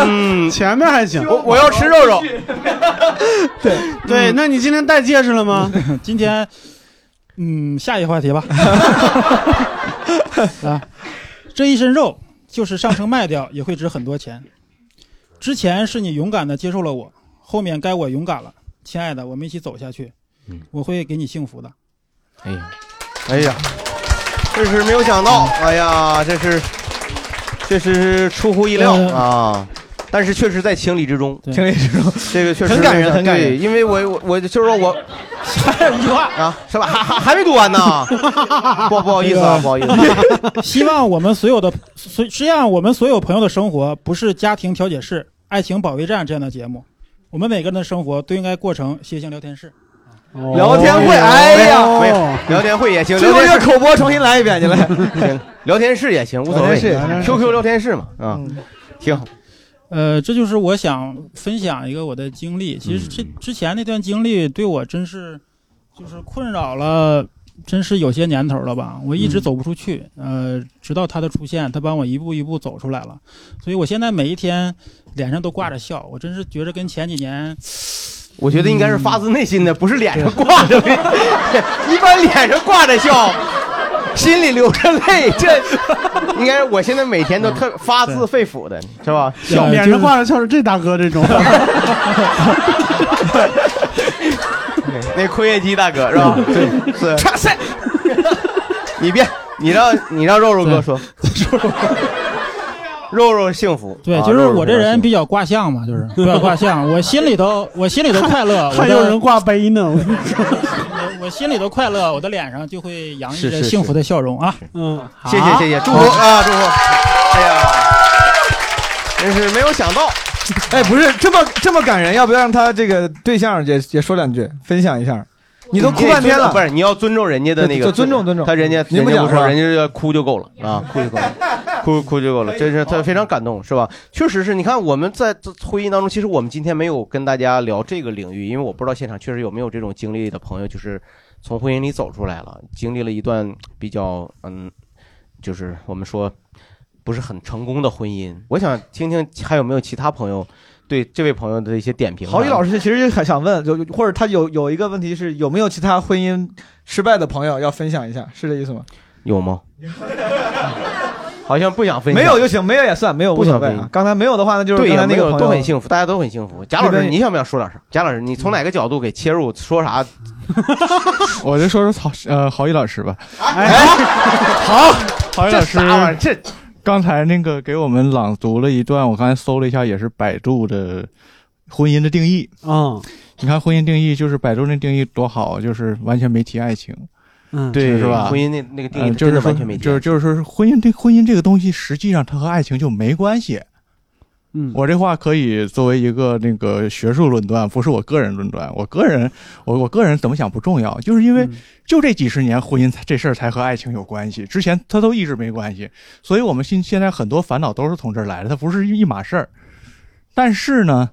B: 嗯，
C: 前面还行。
B: 我我要吃肉肉。
R: 对
C: 对，嗯那你今天戴戒指了 吗？
R: 今天，嗯，下一 个话题吧。 啊，这一身肉就是上称卖掉也会值很多钱。之前是你勇敢的接受了我，后面该我勇敢了，亲爱的，我们一起走下去，我会给你幸 福的。
B: 哎呀，哎呀，这是没有想到，哎呀，这是这是出乎意料
D: 嗯
B: 啊。但是确实在情理之中，
D: 情理之中，
B: 这个确实
D: 很感人很感人
B: 对因为我我我就是 说我
D: 还有一句话
B: 啊，是吧？还还还没读
R: 啊
B: 完呢， 不不好意思啊，不好意思。
R: 思。 希望我们所有的，所实际上我们所有朋友的生活不是家庭调解室、爱情保卫战这样的节目，我们每个人的生活都应该过成谐星聊天室。哦
B: 聊天会，哎呀，没有聊天会也行，聊天室
D: 口播重新来一遍，你来。
B: 行，聊天室也行，无所谓
R: 聊天室也行
B: ，QQ 聊天室嘛，啊，挺好。
R: 呃，这就是我想分享一个我的经历。其实
B: 嗯
R: 这之前那段经历对我真是，就是困扰了，真是有些年头了吧。我
B: 嗯
R: 一直走不出去，呃，直到他的出现，他帮我一步一步走出来了。所以我现在每一天脸上都挂着笑，我真是觉着跟前几年，嗯
B: 我觉得应该是发自内心的，不是脸上挂着，一般脸上挂着 笑，心里流着泪，嗯这应该是我现在每天都特发自肺腑的，是吧？
C: 小脸上挂着笑是这大哥这种，
B: 那扩业机大哥是吧？嗯对，是。你别，你让你让肉肉哥说， 肉肉幸福。
R: 对，
B: 啊
R: 就是我这。
B: 肉肉
R: 人比较挂相嘛， 就是比较挂相。我心里头，我心里头快乐，我
C: 还有
R: 的
C: 人挂杯呢。
R: 我心里头快乐，我的脸上就会洋溢
C: 是
R: 着
C: 是
R: 幸福的笑容啊！
C: 嗯，
B: 谢谢谢谢，
R: 哦
B: 祝福啊祝福！哎呀，真是没有想到，
D: 哎，不是这么这么感人，要不要让他这个对象也也说两句，分享一下？你都哭半天了，
B: 不是？你要尊重人家的那个，
D: 就尊重尊重
B: 他人家
D: 你
B: 人
D: 不
B: 家
D: 讲
B: 不
D: 是吧
B: 说，人家要哭就够了啊， 哭就够了，哭哭就够了，真是他非常感动，是吧？确实是你看我们在这婚姻当中，其实我们今天没有跟大家聊这个领域，因为我不知道现场确实有没有这种经历的朋友，就是从婚姻里走出来了，经历了一段比较嗯，就是我们说不是很成功的婚姻。我想听听还有没有其他朋友对这位朋友的一些点评。啊
D: 郝宇老师其实很想问，有或者他有有一个问题是有没有其他婚姻失败的朋友要分享一下，是这意思吗？
B: 有吗？好像不想分享，
D: 没有就行，没有也算，没有无
B: 不
D: 所
B: 想
D: 谓
B: 分
D: 啊
B: 享。
D: 刚才没有的话，那就是
B: 对
D: 刚
B: 呀，
D: 才那
B: 没
D: 个
B: 有
D: 朋
B: 都
D: 友
B: 很幸福，大家都很幸福。贾老
D: 那
B: 师，
D: 边
B: 你想不想说点啥？贾老师，你从哪个角度给切入说啥？
S: 我就说说曹呃郝宇老师吧。
B: 好，
S: 郝宇老师
B: 这啥玩意儿？这
S: 刚才那个给我们朗读了一段，我刚才搜了一下，也是百度的婚姻的定义。
C: 嗯，
S: 你看婚姻定义就是百度那定义多好，就是完全没提爱情。
C: 嗯
S: 对，
B: 是
S: 是吧？
B: 婚姻那那个定义
S: 嗯就
B: 真的
S: 是
B: 完全没
S: 就
B: 变
S: 是就是说，婚姻这婚姻这个东西，实际上它和爱情就没关系。
C: 嗯，
S: 我这话可以作为一个那个学术论断，不是我个人论断。我个人，我我个人怎么想不重要，就是因为就这几十年婚姻才这事儿才和爱情有关系，之前它都一直没关系。所以我们现现在很多烦恼都是从这儿来的，它不是一码事儿。但是呢，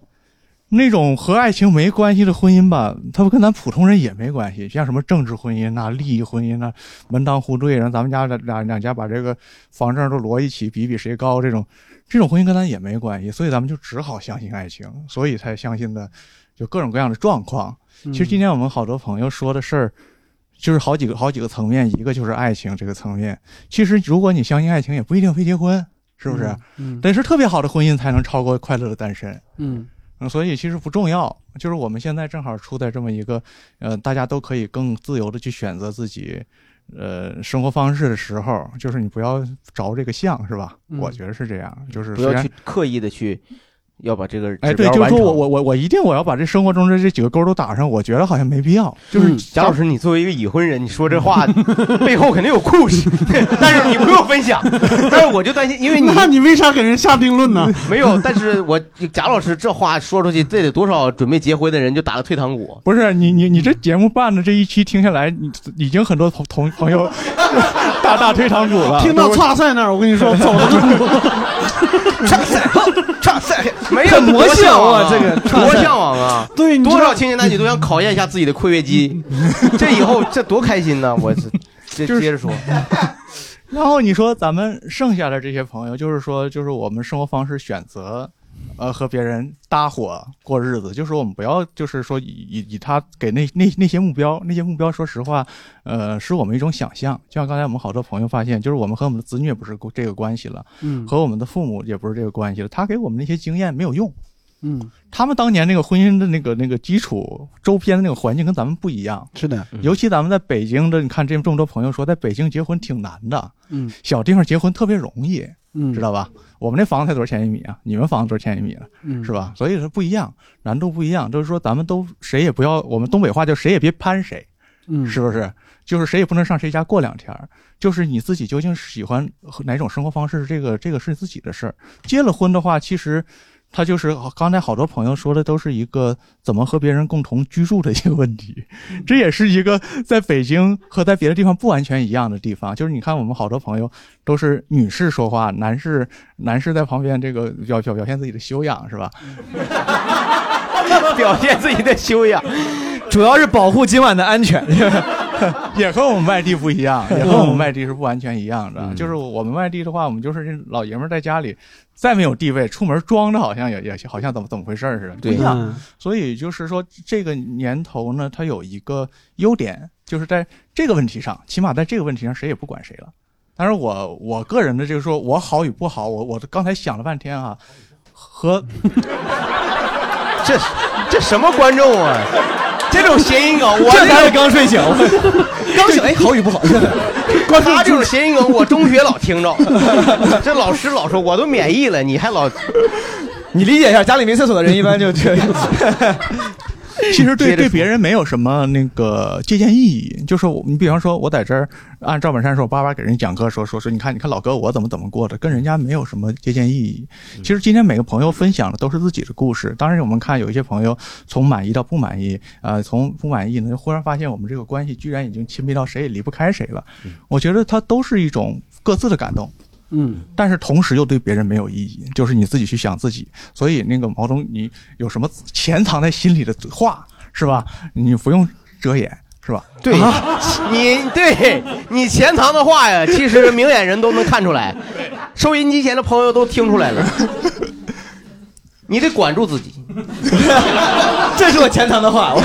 S: 那种和爱情没关系的婚姻吧，它跟咱普通人也没关系，像什么政治婚姻呐、利益婚姻呐、啊门当户对，然啊后咱们家俩俩两家把这个房证都摞一起，比比谁高，这种这种婚姻跟咱也没关系，所以咱们就只好相信爱情，所以才相信的就各种各样的状况。
C: 嗯
S: 其实今天我们好多朋友说的事儿，就是好几个好几个层面，一个就是爱情这个层面。其实如果你相信爱情，也不一定非结婚，是不是？
C: 嗯嗯
S: 得是特别好的婚姻才能超过快乐的单身。
C: 嗯
S: 嗯，所以其实不重要，就是我们现在正好处在这么一个，呃，大家都可以更自由的去选择自己，呃，生活方式的时候，就是你不要着这个相，是吧？
B: 嗯
S: 我觉得是这样，就是
B: 不
S: 虽
B: 要
S: 然
B: 去刻意的去要把这个
S: 哎，
B: 指
S: 对，
B: 标
S: 就是
B: 完
S: 说我
B: 成。
S: 我我我一定我要把这生活中的这几个勾都打上，我觉得好像没必要。就是
B: 嗯贾老师，你作为一个已婚人，你说这话背后肯定有故事，但 是你不用分享。但是我就担心，因为你
C: 那你为啥给人下定论呢？
B: 没有，但是我贾老师这话说出去，这得多少准备结婚的人就打了退堂鼓。
S: 不是你你你这节目办的这一期听下来，你已经很多同同朋友 大大推堂鼓 了，
C: 听到差赛那儿，我跟你说，走了就
B: 差赛，没有
C: 很魔性
B: 向往
C: 啊 这个
B: 多向往啊！
C: 对，
B: 多少青年男女都想考验一下自己的括约 肌，这以后这多开心呢！我这这接着说，
S: 然后你说咱们剩下的这些朋友，就是说，就是我们生活方式选择，呃，和别人搭伙过日子，就是我们不要，就是说以以以他给那那那些目标，那些目标，说实话，呃，是我们一种想象。就像刚才我们好多朋友发现，就是我们和我们的子女也不是这个关系了，
C: 嗯
S: 和我们的父母也不是这个关系了，他给我们那些经验没有用。
C: 嗯
S: 他们当年那个婚姻的那个那个基础周边的那个环境跟咱们不一样，
C: 是的，
S: 尤其咱们在北京的，你看这这么多朋友说，在北京结婚挺难的，
C: 嗯
S: 小地方结婚特别容易，
C: 嗯
S: 知道吧？我们那房子才多少钱一米啊？你们房子多少钱一米了？
C: 嗯
S: 是吧？所以说不一样，难度不一样。就是说，咱们都谁也不要，我们东北话叫谁也别攀谁，
C: 嗯
S: 是不是？就是谁也不能上谁家过两天儿。就是你自己究竟喜欢和哪种生活方式，这个这个是自己的事儿。结了婚的话，其实他就是刚才好多朋友说的，都是一个怎么和别人共同居住的一个问题。这也是一个在北京和在别的地方不完全一样的地方。就是你看，我们好多朋友都是女士说话，男士男士在旁边这个表表表现自己的修养，是吧？
B: 表现自己的修养，
S: 主要是保护今晚的安全， 嗯也和我们外地不一样，也和我们外地是不完全一样的。就是我们外地的话，我们就是这老爷们儿在家里再没有地位，出门装着好像也也好像怎么怎么回事儿似的，不
B: 对
S: 一样。
B: 嗯
S: 所以就是说，这个年头呢，它有一个优点，就是在这个问题上，起码在这个问题上，谁也不管谁了。当然我，我个人的这个说我好与不好，我我刚才想了半天啊，和
B: 这这什么观
S: 哦
B: 众啊？这种谐音梗，我
S: 这才
B: 才
S: 是刚睡 醒，
B: 刚醒，哎，好
S: 与不好。
B: 他这种谐音梗，我中学老听 着，这老师老说，我都免疫了，你还老
S: 你理解一下，家里没厕所的人一般就这。 其实对对别人没有什么那个借鉴意义，就是我你比方说，我在这儿按赵本山说，我叭叭给人讲课说说说，你看你看老哥我怎么怎么过的，跟人家没有什么借鉴意义。其实今天每个朋友分享的都是自己的故事，当然我们看有一些朋友从满意到不满意，呃，从不满意呢，忽然发现我们这个关系居然已经亲密到谁也离不开谁了。我觉得它都是一种各自的感动。
C: 嗯
S: 但是同时又对别人没有意义，就是你自己去想自己。所以那个毛东，你有什么潜藏在心里的话是吧？你不用遮掩是吧？
B: 对
C: 啊
B: 你对你潜藏的话呀，其实明眼人都能看出来，收音机前的朋友都听出来了。你得管住自己，
D: 这是我潜藏 的话，我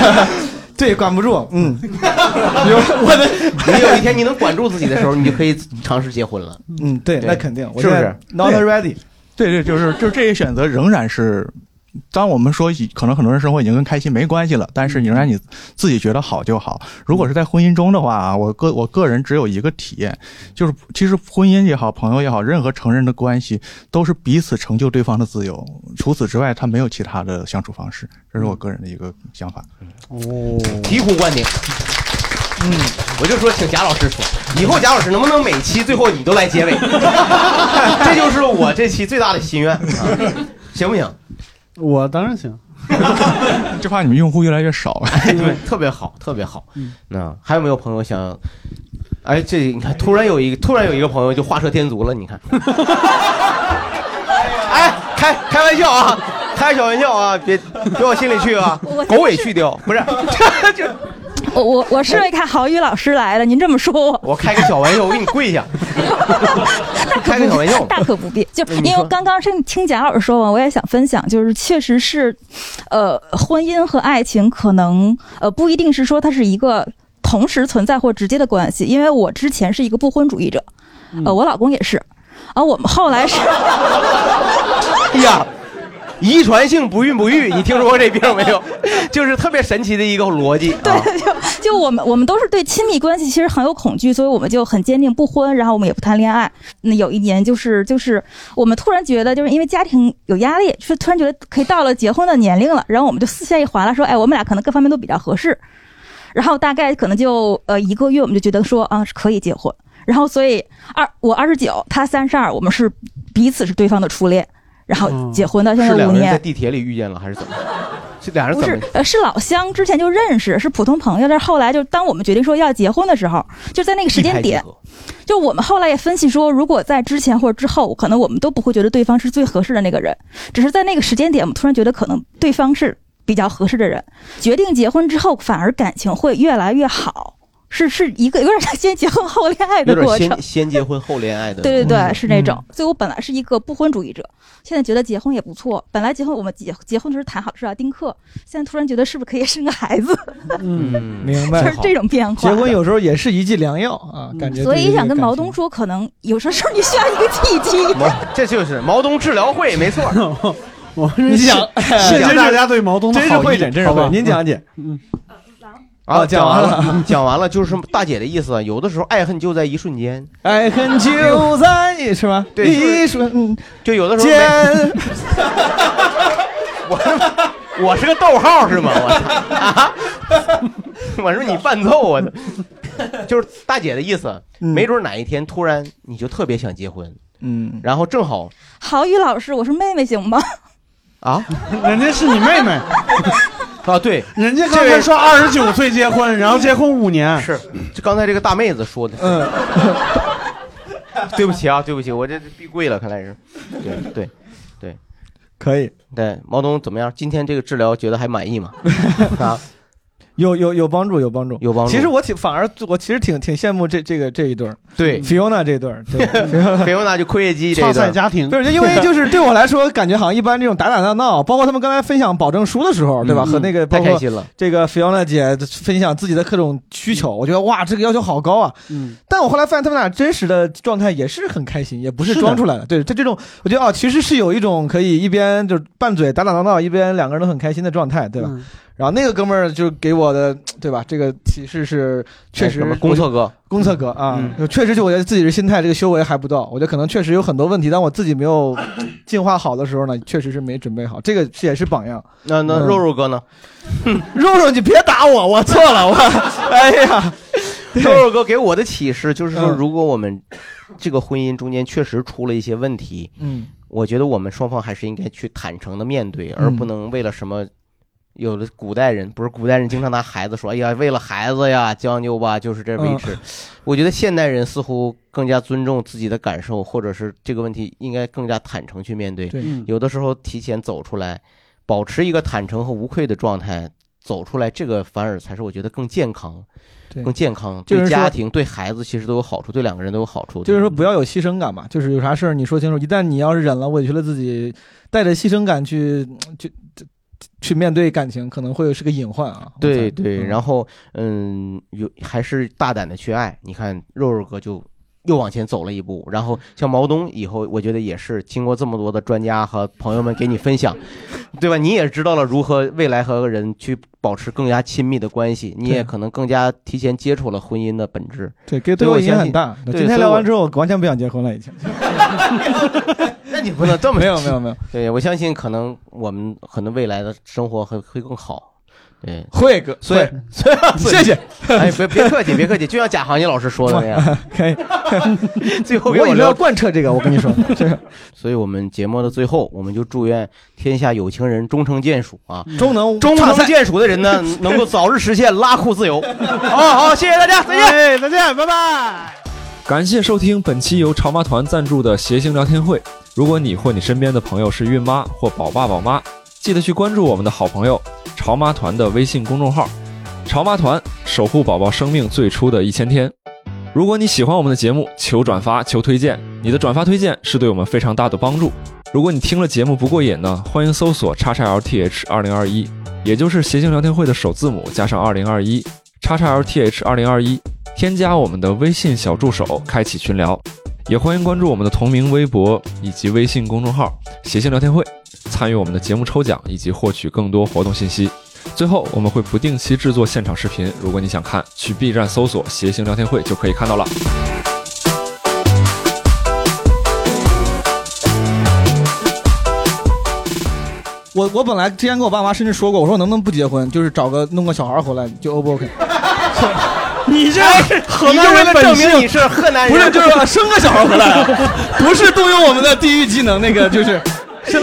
D: 对管不住，嗯，我的
B: 你有一天你能管住自己的时 候，你就可以尝试结婚了。
D: 嗯，对，
B: 对
D: 那肯定，我
B: 是不
D: 现
B: 是
D: 在 not ready？
S: 对对，就是就是这些选择仍然是，当我们说已可能很多人生活已经跟开心没关系了，但是你仍然你自己觉得好就好。如果是在婚姻中的话啊，我个我个人只有一个体验，就是其实婚姻也好，朋友也好，任何成人的关系都是彼此成就对方的自由，除此之外，他没有其他的
D: 嗯
S: 相处方式。这是我个人的一个想法。
C: 哦，
B: 醍醐灌顶。嗯，我就说请贾老师说，以后贾老师能不能每期最后你都来结尾？ 这就是我这期最大的心愿，啊行不行？
C: 我当然 行，
B: 就怕你们用户越来越少。 对， 特别好，特别好。
C: 嗯
B: 那还有没有朋友想？哎，这你看，突然有一个，突然有一个朋友就画蛇添足了。你看， 哎，开开玩笑啊，开小玩笑啊，别别往心里去啊
T: 我，
B: 狗尾续貂不是，
T: 我我我是为看郝宇老师来的，您这么说我，
B: 我开个小玩笑，我给你跪 下，开个小玩笑吧
T: 大可 不必。就
B: 嗯你
T: 因为
B: 说
T: 我刚刚是听贾老师说完，我也想分享，就是确实是，呃，婚姻和爱情可能呃不一定是说它是一个同时存在或直接的关系，因为我之前是一个不婚主义者，
B: 嗯
T: 呃，我老公也是，啊，我们后来是。
B: 哎呀，遗传性不孕不育，你听说过这病没有？ 就是特别神奇的一个逻辑。啊对，
T: 就就我们我们都是对亲密关系其实很有恐惧，所以我们就很坚定不婚，然后我们也不谈恋爱。那有一年就是就是我们突然觉得，就是因为家庭有压力，就是突然觉得可以到了结婚的年龄了，然后我们就四下一划拉说，哎，我们俩可能各方面都比较合适。然后大概可能就呃一个月，我们就觉得说啊是可以结婚。然后所以二我二十九，他三十二，我们是彼此是对方的初恋，然后结婚到
B: 嗯
T: 现
B: 是
T: 在
B: 两
T: 五
B: 个人
T: 年。
B: 在地铁里遇见了，还是怎么？是俩人
T: 不
B: 怎么
T: 是？，呃，是老乡，之前就认识，是普通朋友。但是后来就当我们决定说要结婚的时候，就在那个时间
B: 一拍
T: 点
B: 即合，
T: 就我们后来也分析说，如果在之前或者之后，可能我们都不会觉得对方是最合适的那个人，只是在那个时间点，我们突然觉得可能对方是比较合适的人。决定结婚之后，反而感情会越来越好，是是一个有点像先结婚后恋爱
B: 有
T: 的
B: 点
T: 过程。
B: 先先结婚后恋爱的。嗯
T: 对对
D: 嗯
T: 对，是那种。所以我本来是一个不婚主义者，现在觉得结婚也不错。本来结婚我们结结婚的时候谈好是要丁克，现在突然觉得是不是可以生个孩子？
D: 嗯， 明白，
T: 就是这种变化嗯
D: 结婚有时候也是一剂良药啊，感觉对于这个感情。
T: 所以想跟毛东说，可能有时候你需要一个契机。
B: 毛，这就是毛东治疗会， 没错。哎
C: 我
D: 你讲，
C: 谢谢大家对毛东的
D: 真是
C: 好意
D: 会诊，真是
C: 好
D: 会
C: 吧
D: 诊。您讲解，哦
C: 嗯，
B: 啊，
D: 讲
B: 完
D: 完了
B: 了，讲完了，就是大姐的意思啊。有的时候爱恨就在一瞬间，
D: 爱 恨就在是吧？嗯
B: 对就是
D: 一瞬
B: 就有的时候
D: 间。
B: 没。我是个逗号是吗？我操啊！ 我说你伴奏我， 就是大姐的意思。啊没准哪一天突然你就特别想结婚，
D: 嗯，
B: 然后正好
T: 郝宇老师，我是妹妹行吗？
B: 啊，
C: 人家是你妹妹，
B: 啊，对，
C: 人家刚
B: 这
C: 才
B: 位
C: 说二十九岁结婚，然后结婚五年，
B: 是这刚才这个大妹子说的，
D: 嗯，
B: 对不起啊，对不起，我这是闭柜了，看来是，对对对，
D: 可以。
B: 对，毛东怎么样？今天这个治疗觉得还满意 吗？啊，
D: 有有有帮助，有帮助，
B: 有帮助
D: 其实我挺反而我其实挺挺羡慕这这个这一对儿，
B: 对
D: ，Fiona 这一对儿，对
B: ，Fiona 就亏业绩这一段
D: 不是 因为 就是对我来说，感觉好像一般这种打打闹闹，包括他们刚才分享保证书的时候，对吧？
B: 嗯
D: 和那个
B: 太
D: 包括
B: 开心了
D: 这个 Fiona 姐分享自己的各种需求，我觉得哇，这个要求好高啊。
C: 嗯，
D: 但我后来发现他们俩真实的状态也是很开心，也不是
C: 是的
D: 装出来的。对，他这种我觉得哦，其实是有一种可以一边就是拌嘴打打闹闹，一边两个人都很开心的状态，对吧？
B: 嗯
D: 然后那个哥们儿就给我的对吧？这个启示是确实
B: 哎哥们儿，公测哥，
D: 公测哥啊，
B: 嗯
D: 确实就我觉得自己的心态这个修为还不到，我觉得可能确实有很多问题，但我自己没有进化好的时候呢，确实是没准备好，这个也是榜样。
B: 那那
D: 嗯
B: 肉肉哥呢？
D: 肉肉，你别打我，我错了，我 哎呀，
B: 肉肉哥给我的启示就是说，
D: 嗯
B: 如果我们这个婚姻中间确实出了一些问题，
D: 嗯，
B: 我觉得我们双方还是应该去坦诚的面对，而不能为了什么。有的古代人不是古代人经常拿孩子说，哎呀，为了孩子呀，将就吧，就是
D: 嗯
B: 这维持。我觉得现代人似乎更加尊重自己的感受，或者是这个问题应该更加坦诚去面对。
D: 对嗯
B: 有的时候提前走出来，保持一个坦诚和无愧的状态走出来，这个反而才是我觉得更健康
D: 对、
B: 更健康，
D: 就是
B: 对
D: 说
B: 家庭、对孩子其实都有好处，对两个人都有好处。
D: 就是说不要有牺牲感嘛，就是有啥事儿你说清楚，一旦你要是忍了，委屈了自己，带着牺牲感去去去去面对感情，可能会是个隐患啊。
B: 对对，
D: 嗯
B: 然后嗯，有还是大胆的去爱。你看肉肉哥就又往前走了一步，然后像毛东以后，我觉得也是经过这么多的专家和朋友们给你分享， 对吧？你也知道了如何未来和人去保持更加亲密的关系，你也
D: 对
B: 可能更加提前接触了婚姻的本质。
D: 对，给
B: 所
D: 对
B: 以
D: 我
B: 我
D: 影响
B: 相
D: 很
B: 信
D: 大。
B: 对
D: 今
B: 所
D: 天
B: 以
D: 聊
B: 我
D: 完之后，我完全不想结婚了，已经。
B: 那你不 能这么
D: 没有没有没有，
B: 对我相信可能我们可能未来的生活会会更好。对，
D: 会哥，
B: 所以
D: 会，
B: 所以
D: 谢谢
B: 哎，别别客气，别客气，就像贾行业老师说的那样，
D: 可以。
B: 最后
D: 我
B: 给
D: 以后
B: 聊
D: 要贯彻这个，我跟你 说，这个
B: 所以我们节目的最后，我们就祝愿天下有情人终成眷属啊！
D: 嗯终能
B: 终
D: 差
B: 成
D: 赛
B: 眷属的人 呢，能够早日实现拉裤自由。好哦好，谢谢大家，再见，
C: 再见，拜拜。
A: 感谢收听本期由潮妈团赞助的谐星聊天会。如果你或你身边的朋友是孕妈或宝爸宝妈，记得去关注我们的好朋友潮妈团的微信公众号“潮妈团”，守护宝宝生命最初的一千天。如果你喜欢我们的节目，求转发，求推荐，你的转发推荐是对我们非常大的帮助。如果你听了节目不过瘾呢，欢迎搜索叉叉 LTH 二零二一，也就是谐星聊天会的首字母加上二零二一，叉叉 LTH 二零二一，添加我们的微信小助手，开启群聊。也欢迎关注我们的同名微博以及微信公众号“谐星聊天会”，参与我们的节目抽奖以及获取更多活动信息。最后，我们会不定期制作现场视频，如果你想看，去 B 站搜索“谐星聊天会”就可以看到了。
D: 我我本来之前跟我爸妈甚至说过，我说我能不能不结婚，就是找个弄个小孩回来就 O 不 OK？哎
C: 你这
D: 是
B: 河南人本性你就为了证明你是河南人
D: 啊不是就是生个小孩回来啊，不是动用我们的地域技能那个就是。生